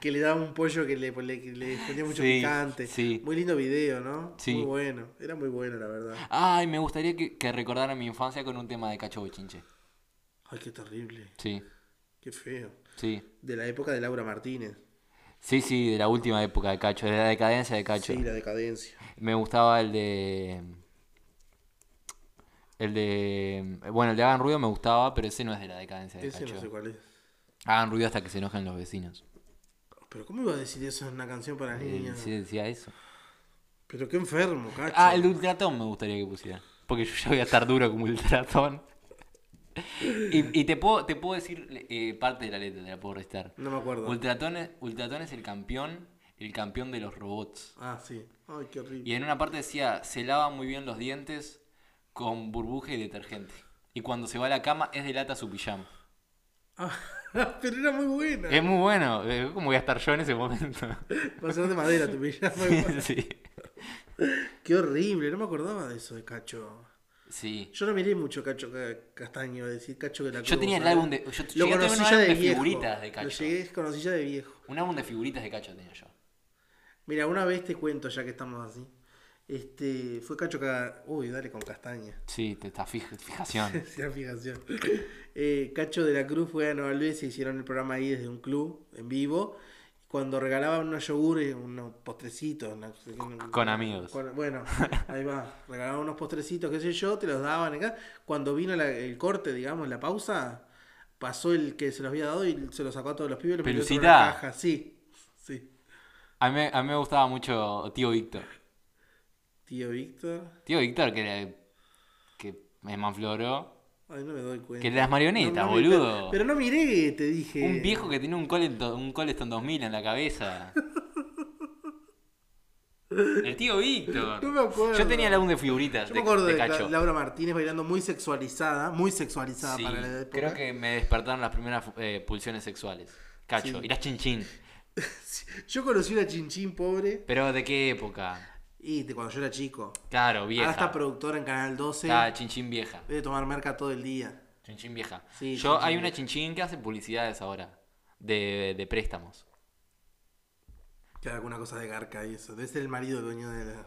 Speaker 1: Que le daba un pollo que le, le- que le ponía mucho
Speaker 2: Sí,
Speaker 1: picante.
Speaker 2: sí.
Speaker 1: Muy lindo video, ¿no?
Speaker 2: Sí.
Speaker 1: Muy bueno. Era muy bueno, la verdad.
Speaker 2: Ay, me gustaría que, que recordaran mi infancia con un tema de Cacho Bochinche.
Speaker 1: Ay, qué terrible.
Speaker 2: Sí,
Speaker 1: Qué feo.
Speaker 2: sí.
Speaker 1: De la época de Laura Martínez.
Speaker 2: Sí, sí, de la última época de Cacho, de la decadencia de Cacho.
Speaker 1: Sí, la decadencia.
Speaker 2: Me gustaba el de. El de. Bueno, el de Hagan Ruido me gustaba, pero ese no es de la decadencia de
Speaker 1: Ese
Speaker 2: Cacho.
Speaker 1: no sé cuál es.
Speaker 2: Hagan ruido hasta que se enojen los vecinos.
Speaker 1: Pero ¿cómo iba a decir eso en una canción para
Speaker 2: Eh,
Speaker 1: niñas?
Speaker 2: Sí, decía eso.
Speaker 1: Pero qué enfermo, cacho.
Speaker 2: Ah, el de Ultratón me gustaría que pusiera. Porque yo ya voy a estar duro como Ultratón. Y, y te, puedo, te puedo decir eh, parte de la letra, te la puedo restar.
Speaker 1: No me acuerdo.
Speaker 2: Ultratón es, Ultratón es el campeón, el campeón de los robots.
Speaker 1: Ah, sí. Ay, qué horrible.
Speaker 2: Y en una parte decía, se lava muy bien los dientes con burbuja y detergente. Y cuando se va a la cama es de lata su pijama.
Speaker 1: Ah, pero era muy buena.
Speaker 2: Es muy bueno, eh, ¿cómo voy a estar yo en ese momento?
Speaker 1: Va a ser de madera tu pijama.
Speaker 2: sí.
Speaker 1: Qué horrible, no me acordaba de eso de Cacho.
Speaker 2: Sí.
Speaker 1: Yo no miré mucho Cacho Ca- Castaño, iba a decir Cacho de la
Speaker 2: Yo tenía el álbum de- yo
Speaker 1: Lo
Speaker 2: llegué a tener un
Speaker 1: conocí ya
Speaker 2: álbum
Speaker 1: de,
Speaker 2: de
Speaker 1: viejo.
Speaker 2: figuritas de Cacho.
Speaker 1: Lo llegué, conocí ya de viejo.
Speaker 2: Un álbum de figuritas de cacho tenía yo.
Speaker 1: Mira, una vez te cuento ya que estamos así. Este, fue Cacho Ca... Uy, dale con Castaña.
Speaker 2: Sí, te está fij- fijación.
Speaker 1: Sí, la fijación. Eh, Cacho de la Cruz fue a Nueva Luis y hicieron el programa ahí desde un club en vivo. Cuando regalaban unos yogures, unos postrecitos. una-
Speaker 2: con amigos.
Speaker 1: con- bueno, ahí va. Regalaban unos postrecitos, qué sé yo, te los daban acá. Cuando vino la- el corte, digamos, la pausa, pasó el que se los había dado y se los sacó a todos los pibes y los metió dentro de
Speaker 2: Pelucita.
Speaker 1: la caja. Sí, sí.
Speaker 2: A mí, a mí me gustaba mucho Tío Víctor.
Speaker 1: Tío Víctor.
Speaker 2: Tío Víctor, que, era- que me manfloró.
Speaker 1: Ay, no me doy cuenta.
Speaker 2: Que las marionetas,
Speaker 1: No, no,
Speaker 2: boludo.
Speaker 1: Pero no miré, te dije.
Speaker 2: Un viejo que tenía un Coleston, un Coleston 2000 en la cabeza. El tío Víctor.
Speaker 1: No me acuerdo.
Speaker 2: Yo tenía el álbum de figuritas
Speaker 1: Yo
Speaker 2: de,
Speaker 1: me acuerdo
Speaker 2: de
Speaker 1: de,
Speaker 2: Cacho.
Speaker 1: La- Laura Martínez bailando muy sexualizada, muy sexualizada
Speaker 2: Sí,
Speaker 1: para la época.
Speaker 2: creo que me despertaron las primeras eh, pulsiones sexuales. Cacho,
Speaker 1: Sí.
Speaker 2: y las chinchín.
Speaker 1: Sí, Yo conocí una chinchín pobre
Speaker 2: Pero ¿de qué época?
Speaker 1: y de cuando yo era chico.
Speaker 2: Claro, vieja.
Speaker 1: Ahora Ah, está productora en Canal 12.
Speaker 2: Está chinchín vieja.
Speaker 1: Debe tomar merca todo el día.
Speaker 2: Chinchín vieja.
Speaker 1: Sí,
Speaker 2: Yo
Speaker 1: chinchín
Speaker 2: hay una chinchín que hace publicidades ahora. De, de préstamos.
Speaker 1: Que alguna cosa de garca y eso. Debe ser el marido del dueño de la.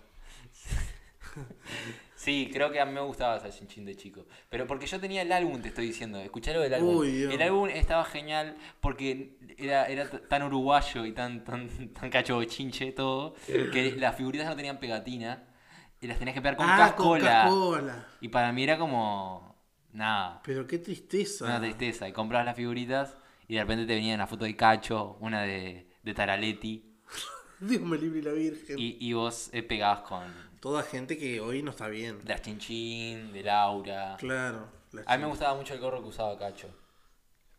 Speaker 2: Sí, creo que a mí me gustaba esa chinchín de chico. Pero porque yo tenía el álbum, te estoy diciendo. Escuchalo del álbum.
Speaker 1: Uy, Dios.
Speaker 2: el álbum estaba genial porque era, era t- tan uruguayo y tan, tan, tan cacho chinche todo. Que las figuritas no tenían pegatina. Y las tenías que pegar con
Speaker 1: Ah,
Speaker 2: cascola.
Speaker 1: Coca-Cola.
Speaker 2: Y para mí era como. Nada.
Speaker 1: Pero qué tristeza.
Speaker 2: Una tristeza. Y comprabas las figuritas y de repente te venía una foto de Cacho, una de, de Taraletti.
Speaker 1: Dios me libre la Virgen.
Speaker 2: Y, y vos eh, pegabas con
Speaker 1: Toda gente que hoy no está bien.
Speaker 2: de las Chinchín, de Laura.
Speaker 1: Claro. la
Speaker 2: A mí me
Speaker 1: chin-
Speaker 2: gustaba mucho el gorro que usaba Cacho.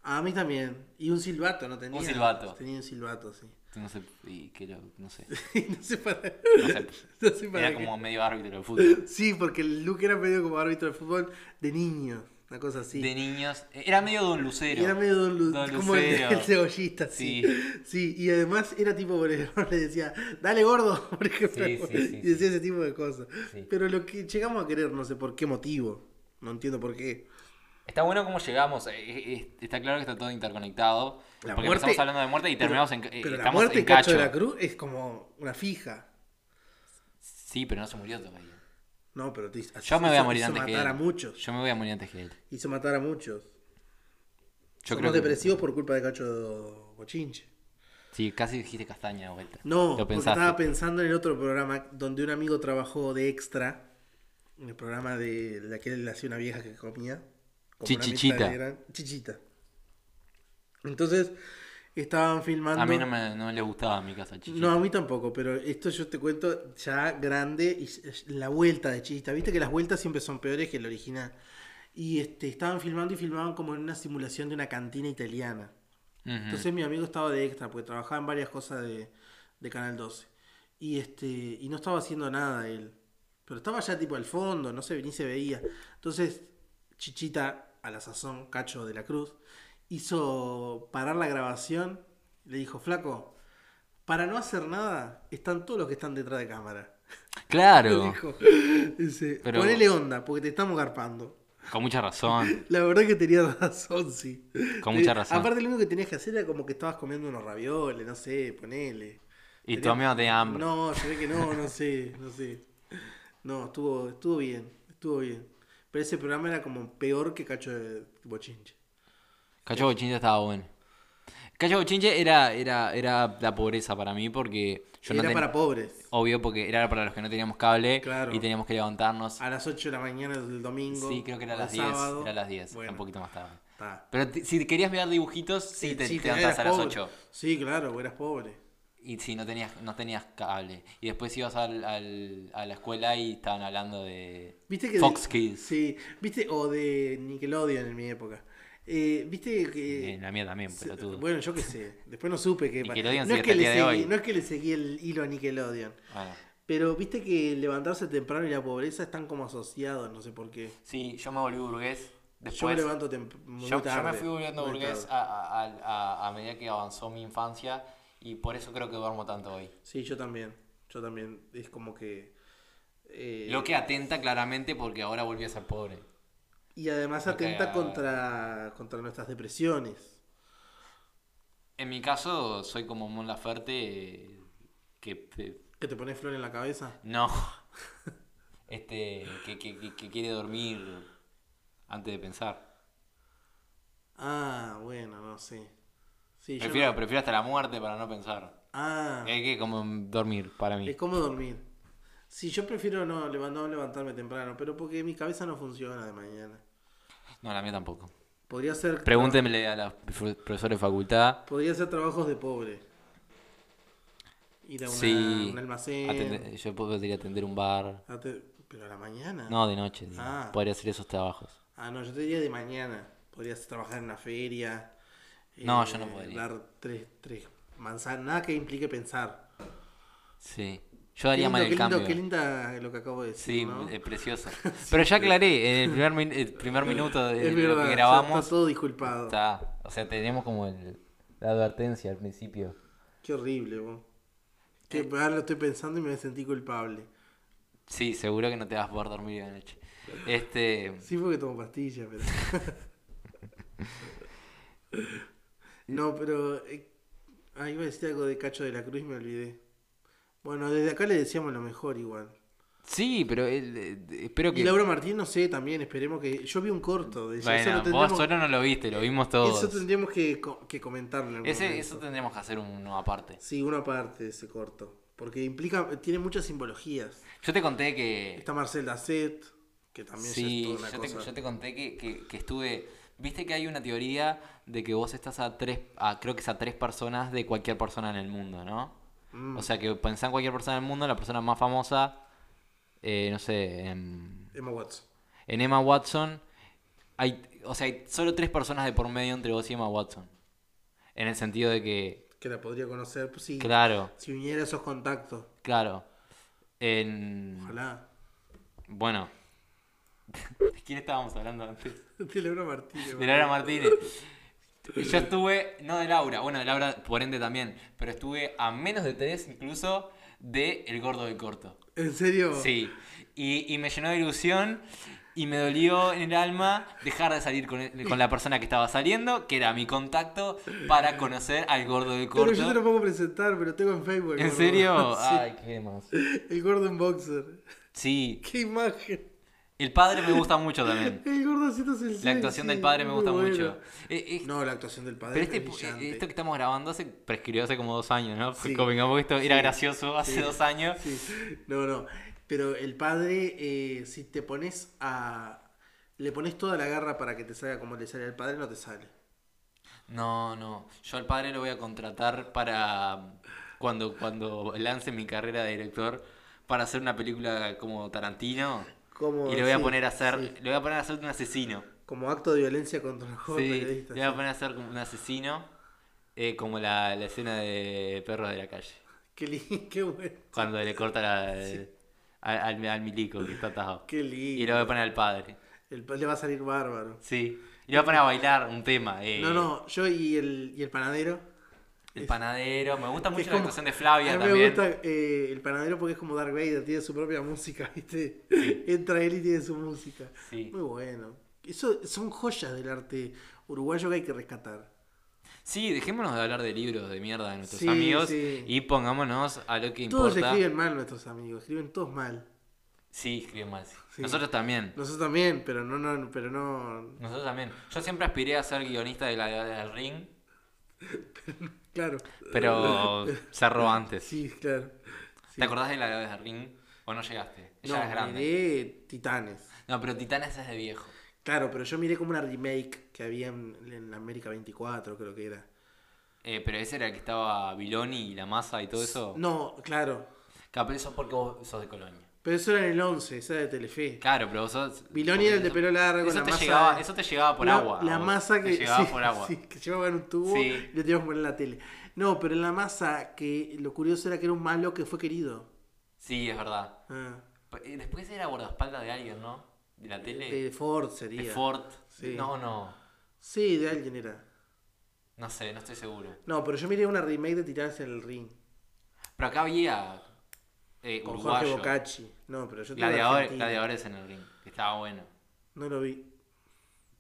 Speaker 1: A mí también. Y un silbato, ¿no tenía?
Speaker 2: Un silbato.
Speaker 1: Tenía un silbato, sí.
Speaker 2: No sé, y que lo- no sé.
Speaker 1: no sé para.
Speaker 2: No sé.
Speaker 1: No sé para
Speaker 2: Era
Speaker 1: qué.
Speaker 2: como medio árbitro de fútbol.
Speaker 1: Sí, porque el Luke era medio como árbitro de fútbol de niño. Una cosa así.
Speaker 2: De niños. eh, Era medio Don Lucero.
Speaker 1: Era medio Don Lu-
Speaker 2: Don
Speaker 1: como el,
Speaker 2: Lucero.
Speaker 1: el cebollista, sí. sí. y además era tipo por ejemplo, le decía, dale gordo, por ejemplo.
Speaker 2: Sí, sí, sí,
Speaker 1: y decía ese tipo de cosas.
Speaker 2: Sí.
Speaker 1: Pero lo que llegamos a querer, no sé por qué motivo. No entiendo por qué.
Speaker 2: Está bueno cómo llegamos. eh, eh, eh, Está claro que está todo interconectado.
Speaker 1: La
Speaker 2: porque
Speaker 1: muerte-
Speaker 2: empezamos hablando de muerte y
Speaker 1: Pero-
Speaker 2: terminamos en, eh,
Speaker 1: Pero la
Speaker 2: estamos
Speaker 1: muerte de
Speaker 2: en
Speaker 1: Cacho
Speaker 2: Cacho.
Speaker 1: de la Cruz es como una fija.
Speaker 2: Sí, pero no se murió todavía.
Speaker 1: No, pero te-
Speaker 2: Yo me voy a
Speaker 1: hizo-
Speaker 2: morir
Speaker 1: hizo
Speaker 2: antes que él.
Speaker 1: matar a muchos.
Speaker 2: Yo me voy a morir antes que él.
Speaker 1: Hizo matar a muchos.
Speaker 2: Yo
Speaker 1: Somos
Speaker 2: creo que-
Speaker 1: depresivos por culpa de Cacho Bochinche.
Speaker 2: Sí, casi dijiste castaña de vuelta.
Speaker 1: No,
Speaker 2: lo
Speaker 1: porque
Speaker 2: pensaste.
Speaker 1: estaba pensando en el otro programa donde un amigo trabajó de extra. En el programa de la que él hacía una vieja que comía. como una
Speaker 2: Chichichita.
Speaker 1: mitad de gran- Chichita. Entonces, estaban filmando.
Speaker 2: A mí no me, no le gustaba mi casa, chichi.
Speaker 1: No, a mí tampoco, pero esto yo te cuento ya grande y s- la vuelta de Chichita. Viste que las vueltas siempre son peores que el original. Y este, estaban filmando y filmaban como en una simulación de una cantina italiana.
Speaker 2: Ujú.
Speaker 1: Entonces mi amigo estaba de extra, porque trabajaba en varias cosas de, de Canal 12. Y este y no estaba haciendo nada él. Pero estaba ya tipo al fondo, no se, ni se veía. Entonces Chichita, a la sazón, Cacho de la Cruz, hizo parar la grabación. Le dijo, flaco, para no hacer nada, están todos los que están detrás de cámara. Le
Speaker 2: Claro,
Speaker 1: dijo, dice,
Speaker 2: Pero-
Speaker 1: ponele onda, porque te estamos garpando.
Speaker 2: con mucha razón.
Speaker 1: La verdad que tenía razón, sí.
Speaker 2: Con
Speaker 1: Te-
Speaker 2: mucha razón.
Speaker 1: Aparte, lo único que tenías que hacer era como que estabas comiendo unos ravioles, no sé, ponele.
Speaker 2: Y tu
Speaker 1: Tenía-
Speaker 2: amigo tenía hambre.
Speaker 1: No, se ve que no, no sé, no sé. No, estuvo, estuvo bien, estuvo bien. Pero ese programa era como peor que Cacho de Bochinche. eh".
Speaker 2: Cacho Bochinche estaba bueno. Cacho Bochinche era, era, era la pobreza para mí porque yo no
Speaker 1: era
Speaker 2: ten-
Speaker 1: para pobres.
Speaker 2: Obvio, porque era para los que no teníamos cable
Speaker 1: Claro.
Speaker 2: y teníamos que levantarnos.
Speaker 1: A las 8 de la mañana del domingo.
Speaker 2: Sí, creo que era a
Speaker 1: o
Speaker 2: las
Speaker 1: el
Speaker 2: 10.
Speaker 1: sábado.
Speaker 2: Era a las 10,
Speaker 1: Bueno,
Speaker 2: un poquito más tarde.
Speaker 1: está.
Speaker 2: Pero te- si querías ver dibujitos, sí, te, te levantabas
Speaker 1: eras
Speaker 2: a las
Speaker 1: pobre.
Speaker 2: 8.
Speaker 1: Sí, claro, vos eras pobre.
Speaker 2: Y sí, no tenías, no tenías cable. Y después ibas al, al- a la escuela y estaban hablando de
Speaker 1: ¿Viste que
Speaker 2: Fox
Speaker 1: de-
Speaker 2: Kids.
Speaker 1: Sí, viste, o de Nickelodeon en mi época. Eh, viste que.
Speaker 2: En la mía también,
Speaker 1: se-
Speaker 2: pelotudo.
Speaker 1: bueno, yo qué sé. Después no supe que.
Speaker 2: Nickelodeon
Speaker 1: no,
Speaker 2: sigue
Speaker 1: es que
Speaker 2: hasta el
Speaker 1: le
Speaker 2: día de
Speaker 1: seguí,
Speaker 2: hoy.
Speaker 1: no es que le seguí el hilo a Nickelodeon.
Speaker 2: Bueno.
Speaker 1: Pero viste que levantarse temprano y la pobreza están como asociados, no sé por qué.
Speaker 2: Sí, yo me volví burgués. Después,
Speaker 1: yo me levanto temprano.
Speaker 2: yo- yo me fui volviendo burgués a, a- a- a- a medida que avanzó mi infancia y por eso creo que duermo tanto hoy.
Speaker 1: Sí, yo también. Yo también. Es como que. eh,
Speaker 2: Lo que atenta claramente porque ahora volví a ser pobre.
Speaker 1: Y además
Speaker 2: lo
Speaker 1: atenta
Speaker 2: que-
Speaker 1: contra, contra nuestras depresiones.
Speaker 2: En mi caso, soy como Mon Laferte eh, que... eh,
Speaker 1: Que te pones flor en la cabeza.
Speaker 2: No. Este, que, que- que- que quiere dormir antes de pensar.
Speaker 1: Ah, bueno, no sé. Sí, yo
Speaker 2: Prefiero,
Speaker 1: no-
Speaker 2: prefiero hasta la muerte para no pensar.
Speaker 1: Ah,
Speaker 2: Hay que como dormir para mí.
Speaker 1: es como dormir. Sí, yo prefiero no, leva- no levantarme temprano, pero porque mi cabeza no funciona de mañana.
Speaker 2: No, la mía tampoco.
Speaker 1: Podría ser,
Speaker 2: Pregúntenle a los prof- profesores de facultad.
Speaker 1: podría ser trabajos de pobre. Ir a una-
Speaker 2: sí.
Speaker 1: un almacén.
Speaker 2: atender- yo podría atender un bar.
Speaker 1: ate- pero a la mañana.
Speaker 2: No, de noche. digo.
Speaker 1: Ah.
Speaker 2: Podría hacer esos trabajos.
Speaker 1: Ah, no, yo te diría de mañana. Podrías trabajar en una feria. eh,
Speaker 2: No, yo no podría.
Speaker 1: Dar tres, tres manzanas, nada que implique pensar.
Speaker 2: Sí. Yo daría
Speaker 1: Qué
Speaker 2: mal
Speaker 1: lindo,
Speaker 2: el
Speaker 1: qué lindo,
Speaker 2: cambio.
Speaker 1: qué linda lo que acabo de decir.
Speaker 2: Sí,
Speaker 1: ¿no?
Speaker 2: eh, precioso. Pero ya aclaré, en el primer, min- el primer minuto de
Speaker 1: es
Speaker 2: lo
Speaker 1: verdad,
Speaker 2: que
Speaker 1: ya
Speaker 2: grabamos,
Speaker 1: está todo disculpado.
Speaker 2: está- o sea, tenemos como el- la advertencia al principio.
Speaker 1: Qué horrible, vos.
Speaker 2: Eh.
Speaker 1: Que ahora lo estoy pensando y me sentí culpable.
Speaker 2: Sí, seguro que no te vas a poder dormir de noche. Este,
Speaker 1: Sí, porque tomo pastillas, pero. no, pero. eh, ah, iba a decir algo de Cacho de la Cruz y me olvidé. Bueno, desde acá le decíamos lo mejor igual.
Speaker 2: sí, pero el- eh, espero que...
Speaker 1: Y Laura Martín, no sé, también, esperemos que. Yo vi un corto de eso.
Speaker 2: Bueno,
Speaker 1: eso lo
Speaker 2: vos
Speaker 1: tendremos,
Speaker 2: solo no lo viste, lo vimos todos.
Speaker 1: eso tendríamos que, co- que comentarlo. en algún
Speaker 2: Ese,
Speaker 1: momento.
Speaker 2: eso tendremos que hacer uno aparte.
Speaker 1: Sí, una parte de ese corto. Porque implica, tiene muchas simbologías.
Speaker 2: Yo te conté que...
Speaker 1: Está Marcel Dacet, que también ya es
Speaker 2: Sí,
Speaker 1: toda una
Speaker 2: yo te,
Speaker 1: cosa.
Speaker 2: yo te conté que, que- que estuve. Viste que hay una teoría de que vos estás a tres, a, creo que es a tres personas de cualquier persona en el mundo, ¿no?
Speaker 1: Mm.
Speaker 2: O sea que pensá en cualquier persona del mundo, la persona más famosa, eh, no sé, en,
Speaker 1: Emma Watson.
Speaker 2: en Emma Watson, hay, o sea, hay solo tres personas de por medio entre vos y Emma Watson. En el sentido de que,
Speaker 1: Que la podría conocer, pues sí.
Speaker 2: claro,
Speaker 1: Si uniera esos contactos.
Speaker 2: claro. En,
Speaker 1: Ojalá.
Speaker 2: bueno, ¿de quién estábamos hablando antes?
Speaker 1: De Laura Martínez.
Speaker 2: De Laura Martínez. Yo estuve, no de Laura, bueno, de Laura por ende también, pero estuve a menos de tres incluso de El Gordo del Corto.
Speaker 1: ¿En serio?
Speaker 2: Sí, y, y me llenó de ilusión y me dolió en el alma dejar de salir con, con la persona que estaba saliendo, que era mi contacto, para conocer al Gordo del
Speaker 1: Pero yo te lo
Speaker 2: Corto.
Speaker 1: puedo presentar, pero tengo en Facebook.
Speaker 2: ¿En
Speaker 1: gordo.
Speaker 2: serio?
Speaker 1: Sí.
Speaker 2: Ay, qué más.
Speaker 1: El gordo en boxer.
Speaker 2: Sí,
Speaker 1: Qué imagen.
Speaker 2: el padre me gusta mucho también.
Speaker 1: El gordo haciendo sexy.
Speaker 2: La actuación del padre me gusta
Speaker 1: muy bueno.
Speaker 2: mucho. Eh, eh,
Speaker 1: No, la actuación del padre
Speaker 2: Pero
Speaker 1: es
Speaker 2: este,
Speaker 1: brillante.
Speaker 2: eh, esto que estamos grabando hace, prescribió hace como dos años, ¿no?
Speaker 1: Sí.
Speaker 2: Convengamos que esto era
Speaker 1: Sí.
Speaker 2: gracioso hace
Speaker 1: Sí.
Speaker 2: dos años.
Speaker 1: Sí. No, no. Pero el padre, eh, si te pones a... Le pones toda la garra para que te salga como le sale al padre, no te sale.
Speaker 2: No, no. Yo al padre lo voy a contratar para cuando, cuando lance mi carrera de director para hacer una película como Tarantino.
Speaker 1: Como,
Speaker 2: y le voy a
Speaker 1: sí,
Speaker 2: poner a hacer,
Speaker 1: sí.
Speaker 2: le voy a poner a hacer un asesino.
Speaker 1: Como acto de violencia contra los
Speaker 2: Sí,
Speaker 1: jóvenes
Speaker 2: le
Speaker 1: periodistas.
Speaker 2: voy a poner a hacer como un asesino, eh, como la, la escena de Perros de la calle.
Speaker 1: Qué, li- qué bueno.
Speaker 2: Cuando le corta la- al, al- al milico que está atajado.
Speaker 1: Qué
Speaker 2: Y
Speaker 1: lindo.
Speaker 2: lo voy a poner al padre.
Speaker 1: El pa- le va a salir bárbaro.
Speaker 2: Sí. Y lo voy a poner a bailar un tema. eh.
Speaker 1: No, no, yo y el, y el panadero.
Speaker 2: El panadero. Me gusta
Speaker 1: que
Speaker 2: mucho
Speaker 1: es
Speaker 2: la
Speaker 1: como-
Speaker 2: actuación de
Speaker 1: A mí
Speaker 2: Flavia Ah, también.
Speaker 1: me gusta eh, el panadero porque es como Dark Vader, tiene su propia música, ¿viste? Entra él y tiene su música.
Speaker 2: Sí.
Speaker 1: Muy bueno. Eso son joyas del arte uruguayo que hay que rescatar.
Speaker 2: Sí, dejémonos de hablar de libros de mierda de nuestros
Speaker 1: Sí,
Speaker 2: amigos
Speaker 1: sí.
Speaker 2: y pongámonos a lo que
Speaker 1: Todos
Speaker 2: importa.
Speaker 1: escriben mal nuestros amigos, escriben todos mal.
Speaker 2: Sí, escriben mal. sí.
Speaker 1: Sí.
Speaker 2: Nosotros también.
Speaker 1: Nosotros también, pero no, no, pero no.
Speaker 2: Nosotros también. Yo siempre aspiré a ser guionista de la edad del ring,
Speaker 1: Claro.
Speaker 2: pero cerró antes.
Speaker 1: Sí, claro. Sí.
Speaker 2: ¿Te acordás de la edad del ring? ¿O no llegaste? Ya
Speaker 1: No,
Speaker 2: eras grande.
Speaker 1: miré Titanes.
Speaker 2: No, pero Titanes es de viejo.
Speaker 1: Claro, pero yo miré como una remake que había en, en América 24, creo que era.
Speaker 2: Eh, pero ese era el que estaba Biloni y la masa y todo eso.
Speaker 1: No, claro.
Speaker 2: Capel, eso es porque vos sos de Colonia.
Speaker 1: Pero eso era en el 11, esa era de Telefe.
Speaker 2: Claro, pero vos sos.
Speaker 1: Biloni era el de pelo largo,
Speaker 2: Eso
Speaker 1: la
Speaker 2: te,
Speaker 1: masa-
Speaker 2: llegaba, eso te llegaba por
Speaker 1: la,
Speaker 2: agua. a
Speaker 1: La
Speaker 2: vos.
Speaker 1: masa que,
Speaker 2: Te llegaba
Speaker 1: sí,
Speaker 2: por agua.
Speaker 1: sí, que llevaba en un tubo
Speaker 2: Sí.
Speaker 1: y le teníamos que poner en la tele. No, pero en la masa que lo curioso era que era un malo que fue querido.
Speaker 2: Sí, es verdad.
Speaker 1: Ah,
Speaker 2: Eh, Después era guardaespaldas de alguien, ¿no? De la tele.
Speaker 1: de eh, Ford
Speaker 2: De,
Speaker 1: sería.
Speaker 2: Ford.
Speaker 1: Sí.
Speaker 2: No, no.
Speaker 1: Sí, de alguien era.
Speaker 2: No sé, no estoy seguro.
Speaker 1: No, pero yo miré una remake de Titanes en el ring.
Speaker 2: Pero acá había. Eh,
Speaker 1: Con
Speaker 2: uruguayo.
Speaker 1: Jorge Bocacci. No, pero yo te digo
Speaker 2: Gladiador-
Speaker 1: Argentina.
Speaker 2: gladiadores en el ring. que Estaba bueno.
Speaker 1: No lo vi.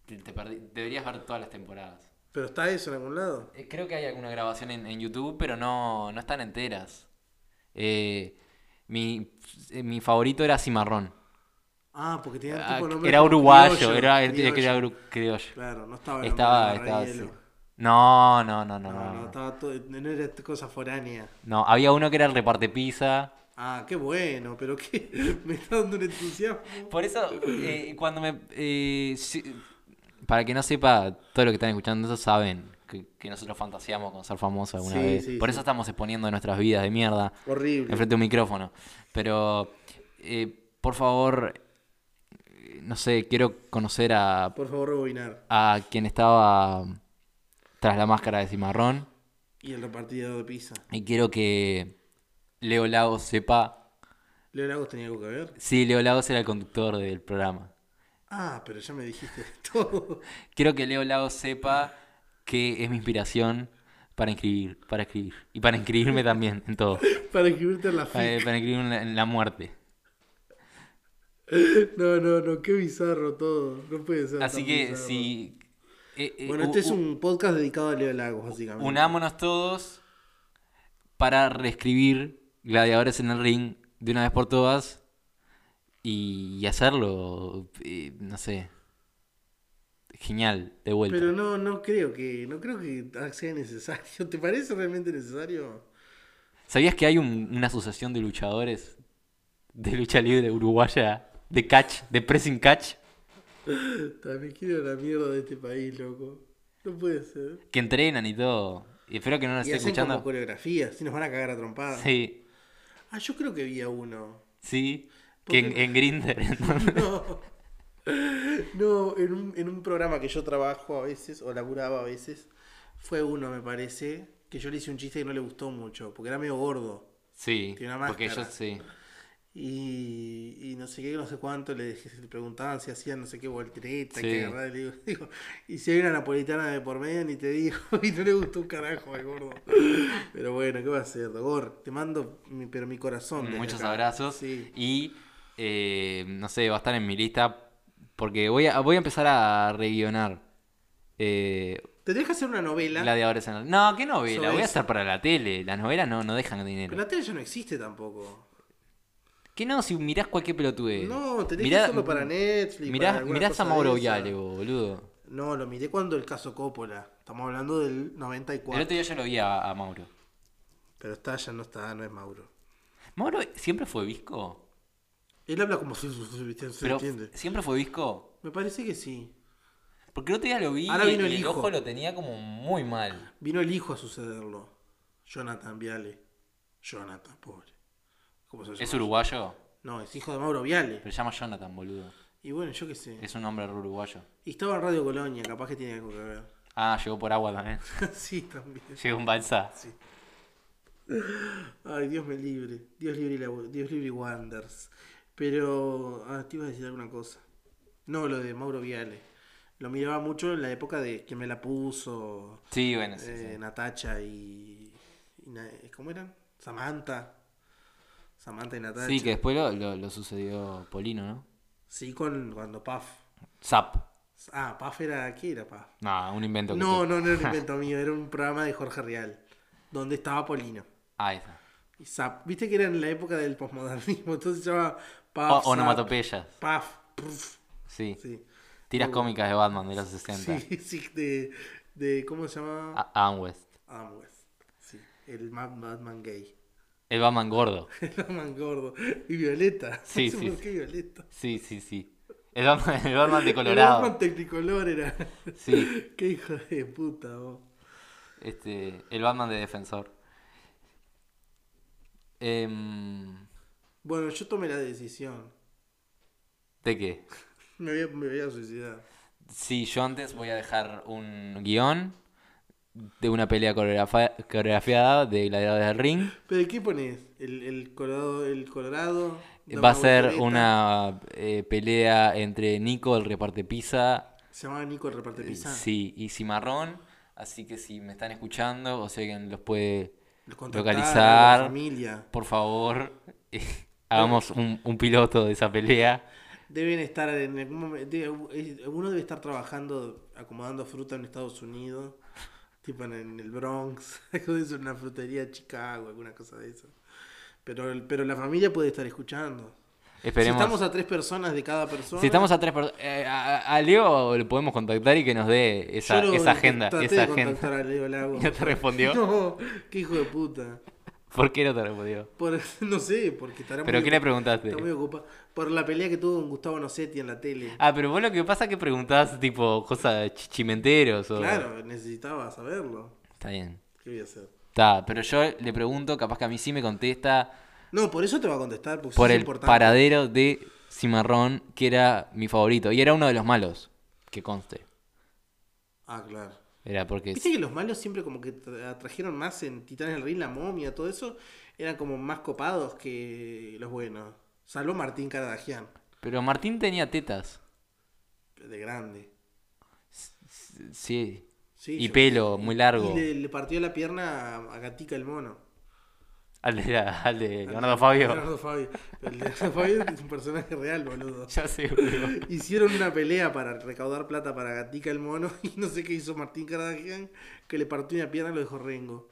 Speaker 2: Te, te perdí- Deberías ver todas las temporadas.
Speaker 1: ¿Pero está eso en algún lado?
Speaker 2: Eh, Creo que hay alguna grabación en, en YouTube, pero no, no están enteras. Eh, mi, eh, mi favorito era Cimarrón.
Speaker 1: Ah, porque tenía
Speaker 2: Ah,
Speaker 1: tipo nombre
Speaker 2: era
Speaker 1: como
Speaker 2: uruguayo,
Speaker 1: criollo,
Speaker 2: era, era,
Speaker 1: criollo.
Speaker 2: era gru- criollo.
Speaker 1: Claro, no estaba el
Speaker 2: Estaba,
Speaker 1: nombre de
Speaker 2: estaba Ah.
Speaker 1: Barrielo.
Speaker 2: así. No, no, no,
Speaker 1: No,
Speaker 2: no. no,
Speaker 1: no,
Speaker 2: no.
Speaker 1: estaba todo, no era cosa foránea.
Speaker 2: No, había uno que era el reparte pizza.
Speaker 1: Ah, qué bueno, pero qué me está dando un entusiasmo.
Speaker 2: Por eso, eh, cuando me. eh, si- para que no sepa, todo lo que están escuchando, eso saben que, que nosotros fantaseamos con ser famosos alguna
Speaker 1: Sí,
Speaker 2: vez.
Speaker 1: sí,
Speaker 2: Por
Speaker 1: sí.
Speaker 2: eso estamos exponiendo nuestras vidas de mierda
Speaker 1: Horrible.
Speaker 2: enfrente de un micrófono. Pero, eh, por favor, eh, no sé, quiero conocer a,
Speaker 1: Por favor, rebobinar.
Speaker 2: a quien estaba tras la máscara de Cimarrón.
Speaker 1: Y el repartidor de pizza.
Speaker 2: Y quiero que Leo Lago sepa
Speaker 1: ¿Leo Lagos tenía algo que ver?
Speaker 2: Sí, Leo Lagos era el conductor del programa.
Speaker 1: Ah, pero ya me dijiste todo.
Speaker 2: Quiero que Leo Lagos sepa que es mi inspiración para inscribir, para escribir. Y para inscribirme también en todo.
Speaker 1: Para escribirte en la
Speaker 2: Para,
Speaker 1: fe.
Speaker 2: para inscribirme en la- en la muerte.
Speaker 1: No, no, no, qué bizarro todo. No puede ser.
Speaker 2: Así
Speaker 1: tan
Speaker 2: que
Speaker 1: bizarro.
Speaker 2: si... eh, eh,
Speaker 1: Bueno,
Speaker 2: u-
Speaker 1: este es
Speaker 2: u-
Speaker 1: un podcast dedicado a Leo Lagos, básicamente.
Speaker 2: Unámonos todos para reescribir Gladiadores en el Ring de una vez por todas y, y hacerlo, eh, no sé, genial, de vuelta.
Speaker 1: Pero no, no creo que, no creo que sea necesario. ¿Te parece realmente necesario?
Speaker 2: ¿Sabías que hay un- una asociación de luchadores de lucha libre uruguaya de catch, de pressing catch?
Speaker 1: También quiero la mierda de este país, loco. No puede ser.
Speaker 2: Que entrenan y todo. Y espero que no lo
Speaker 1: Y
Speaker 2: esté
Speaker 1: hacen como
Speaker 2: escuchando.
Speaker 1: coreografía, si nos van a cagar a trompadas.
Speaker 2: Sí,
Speaker 1: Ah, yo creo que había uno.
Speaker 2: sí. Que en, en Grindr.
Speaker 1: No. No, en un, en un programa que yo trabajo a veces, o laburaba a veces, fue uno, me parece, que yo le hice un chiste que no le gustó mucho, porque era medio gordo.
Speaker 2: sí,
Speaker 1: Tiene una
Speaker 2: porque yo
Speaker 1: máscara.
Speaker 2: sí.
Speaker 1: Y, y no sé qué, no sé cuánto, le, dije- le preguntaban si hacían no sé qué voltereta,
Speaker 2: Sí.
Speaker 1: que agarrar, y le digo, digo, y si hay una napolitana de por medio, ni te digo, y no le gustó un carajo al gordo. Pero bueno, ¿qué va a hacer, Gor? Te mando, mi- pero mi corazón. desde
Speaker 2: Muchos
Speaker 1: acá.
Speaker 2: abrazos.
Speaker 1: Sí.
Speaker 2: Y eh, no sé, va a estar en mi lista. Porque voy a, voy a empezar a reguionar. Eh,
Speaker 1: Tendrías que hacer una novela,
Speaker 2: gladiadores en el- No, ¿qué novela?
Speaker 1: Sobre
Speaker 2: Voy a
Speaker 1: eso.
Speaker 2: hacer para la tele. Las novelas no, no dejan dinero.
Speaker 1: pero la tele ya no existe tampoco.
Speaker 2: ¿Qué no? Si mirás cualquier pelotudez.
Speaker 1: No, tenés
Speaker 2: Mirá-
Speaker 1: que hacerlo para Netflix. para
Speaker 2: Mirás,
Speaker 1: alguna
Speaker 2: mirás a
Speaker 1: cosa
Speaker 2: Mauro
Speaker 1: de esa.
Speaker 2: Viale, boludo.
Speaker 1: No, lo miré cuando el caso Coppola. Estamos hablando del
Speaker 2: El
Speaker 1: 94.
Speaker 2: otro día yo lo vi a, a Mauro.
Speaker 1: Pero está, ya no está, no es Mauro.
Speaker 2: ¿Mauro siempre fue visco?
Speaker 1: Él habla como si si- si- si- se
Speaker 2: Pero,
Speaker 1: entiende.
Speaker 2: ¿Siempre fue visco?
Speaker 1: Me parece que sí.
Speaker 2: Porque el otro día lo vi
Speaker 1: Ahora
Speaker 2: y,
Speaker 1: vino el
Speaker 2: y el
Speaker 1: hijo.
Speaker 2: ojo lo tenía como muy mal.
Speaker 1: Vino el hijo a sucederlo. Jonathan Viale. Jonathan, pobre. ¿Cómo se llama?
Speaker 2: ¿Es uruguayo?
Speaker 1: No, es hijo de Mauro Viale.
Speaker 2: Pero se llama Jonathan, boludo.
Speaker 1: Y bueno, yo qué sé.
Speaker 2: Es un hombre uruguayo.
Speaker 1: Y estaba en Radio Colonia, capaz que tiene algo que ver.
Speaker 2: Ah, llegó por agua también.
Speaker 1: sí, también.
Speaker 2: Llegó un balsa.
Speaker 1: Ay, Dios me libre. Dios libre y, la- Dios libre y Wonders. Pero ah, te iba a decir alguna cosa. No, lo de Mauro Viale. Lo miraba mucho en la época de que me la puso
Speaker 2: Sí, bueno, sí,
Speaker 1: eh,
Speaker 2: sí.
Speaker 1: Natacha y, y na- eh, ¿Cómo eran? Samantha. Samantha y Natacha.
Speaker 2: Sí, que después lo, lo- lo sucedió Polino, ¿no?
Speaker 1: Sí, con cuando Puff.
Speaker 2: Zap.
Speaker 1: Ah, Puff era. ¿Qué era Puff?
Speaker 2: No, un invento. que
Speaker 1: No,
Speaker 2: te-
Speaker 1: no, no era un invento mío. Era un programa de Jorge Real. Donde estaba Polino.
Speaker 2: Ah, esa.
Speaker 1: Y Zap. Viste que era en la época del posmodernismo, entonces se llamaba
Speaker 2: O-
Speaker 1: Paf.
Speaker 2: onomatopeyas.
Speaker 1: Paf. Pruf,
Speaker 2: Sí.
Speaker 1: sí. Uh.
Speaker 2: Tiras cómicas de Batman de los 60.
Speaker 1: Sí, sí, de, de. ¿Cómo se llamaba?
Speaker 2: A- Adam West.
Speaker 1: Adam West. Sí. El Mad- Batman gay.
Speaker 2: El Batman gordo.
Speaker 1: El Batman gordo. Y Violeta.
Speaker 2: Sí,
Speaker 1: no sé
Speaker 2: sí,
Speaker 1: por
Speaker 2: sí.
Speaker 1: qué Violeta.
Speaker 2: Sí, sí, sí. El Batman, el Batman de
Speaker 1: El
Speaker 2: Colorado.
Speaker 1: Batman Tecnicolor era.
Speaker 2: Sí.
Speaker 1: qué hijo de puta, vos.
Speaker 2: Este, el Batman de Defensor. Em,
Speaker 1: Bueno, yo tomé la decisión.
Speaker 2: ¿De qué?
Speaker 1: Me voy, a- me voy a suicidar.
Speaker 2: Sí, yo antes voy a dejar un guión de una pelea coreografa- coreografiada de Gladiadores del Ring.
Speaker 1: ¿Pero qué pones? ¿El, el Colorado? El colorado
Speaker 2: Va a ser
Speaker 1: Violeta?
Speaker 2: una eh, pelea entre Nico, el reparte pizza,
Speaker 1: Se llamaba Nico el reparte pizza.
Speaker 2: Eh, sí, y Cimarrón. Así que si me están escuchando o si alguien los puede
Speaker 1: Los contactar,
Speaker 2: localizar,
Speaker 1: la familia.
Speaker 2: por favor, eh, hagamos un, un piloto de esa pelea.
Speaker 1: Deben estar en algún momento. uno debe estar trabajando, acomodando fruta en Estados Unidos, tipo en, en el Bronx, algo de eso, en una frutería de Chicago, alguna cosa de eso. Pero, el- pero la familia puede estar escuchando.
Speaker 2: Esperemos.
Speaker 1: Si estamos a tres personas de cada persona.
Speaker 2: Si estamos a tres personas. a, a Leo lo podemos contactar y que nos dé esa,
Speaker 1: yo lo
Speaker 2: esa agenda.
Speaker 1: traté
Speaker 2: Esa
Speaker 1: de
Speaker 2: agenda.
Speaker 1: contactar a Leo Lago.
Speaker 2: ¿No te respondió?
Speaker 1: No, qué hijo de puta.
Speaker 2: ¿Por qué no te respondió?
Speaker 1: Por- no sé, porque estará
Speaker 2: ¿Pero
Speaker 1: muy
Speaker 2: qué le
Speaker 1: ocup-
Speaker 2: preguntaste?
Speaker 1: Está muy ocupado. Por la pelea que tuvo con Gustavo Nocetti en la tele.
Speaker 2: Ah, pero vos lo que pasa es que preguntás tipo cosas de chichimenteros o.
Speaker 1: Claro, necesitaba saberlo.
Speaker 2: Está bien.
Speaker 1: ¿Qué voy a hacer?
Speaker 2: Está, pero yo le pregunto, capaz que a mí sí me contesta
Speaker 1: No, por eso te va a contestar, porque
Speaker 2: por
Speaker 1: eso es
Speaker 2: el
Speaker 1: importante.
Speaker 2: paradero de Cimarrón, que era mi favorito. Y era uno de los malos, que conste.
Speaker 1: Ah, claro.
Speaker 2: Era porque.
Speaker 1: Viste que los malos siempre como que tra- atrajeron más en Titanes del Ring, la momia, todo eso, eran como más copados que los buenos. Salvo Martín Caradagian,
Speaker 2: Pero Martín tenía tetas.
Speaker 1: de grande.
Speaker 2: Sí.
Speaker 1: Sí,
Speaker 2: y
Speaker 1: yo-
Speaker 2: pelo muy largo.
Speaker 1: Y le, le partió la pierna a a Gatica el mono.
Speaker 2: Al de, la- al de Leonardo
Speaker 1: Al-
Speaker 2: Fabio.
Speaker 1: Leonardo Fabio. El Leonardo Fabio es un personaje real, boludo.
Speaker 2: Ya sé, boludo.
Speaker 1: Hicieron una pelea para recaudar plata para Gatica el mono y no sé qué hizo Martín Caradagian que le partió una pierna y lo dejó rengo.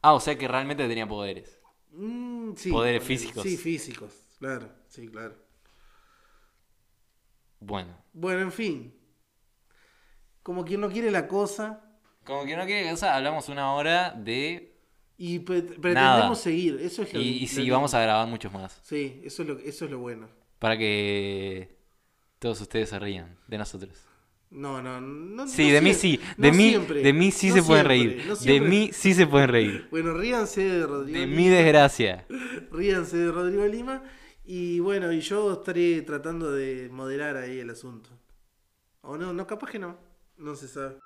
Speaker 2: Ah, o sea que realmente tenía poderes.
Speaker 1: Mm, sí,
Speaker 2: Poderes
Speaker 1: ponele.
Speaker 2: físicos.
Speaker 1: Sí, físicos. Claro, sí, claro.
Speaker 2: Bueno.
Speaker 1: Bueno, en fin. Como quien no quiere la cosa.
Speaker 2: Como que no quiere que o sea, hablamos una hora de.
Speaker 1: Y pre- pretendemos
Speaker 2: Nada.
Speaker 1: seguir. Eso es lo-
Speaker 2: Y, y
Speaker 1: lo
Speaker 2: sí,
Speaker 1: lindo.
Speaker 2: vamos a grabar muchos más.
Speaker 1: Sí, eso es lo, eso es lo bueno.
Speaker 2: Para que todos ustedes se rían de nosotros.
Speaker 1: No, no, no.
Speaker 2: Sí,
Speaker 1: no
Speaker 2: de mí
Speaker 1: sie-
Speaker 2: sí.
Speaker 1: no
Speaker 2: De mí,
Speaker 1: siempre,
Speaker 2: de mí sí
Speaker 1: no
Speaker 2: se pueden
Speaker 1: siempre,
Speaker 2: reír.
Speaker 1: no
Speaker 2: de
Speaker 1: siempre.
Speaker 2: mí sí se pueden reír.
Speaker 1: Bueno, ríanse de Rodrigo
Speaker 2: De
Speaker 1: Lima.
Speaker 2: mi desgracia.
Speaker 1: Ríanse de Rodrigo Lima. Y bueno, y yo estaré tratando de moderar ahí el asunto. O no, no, capaz que no. No se sabe.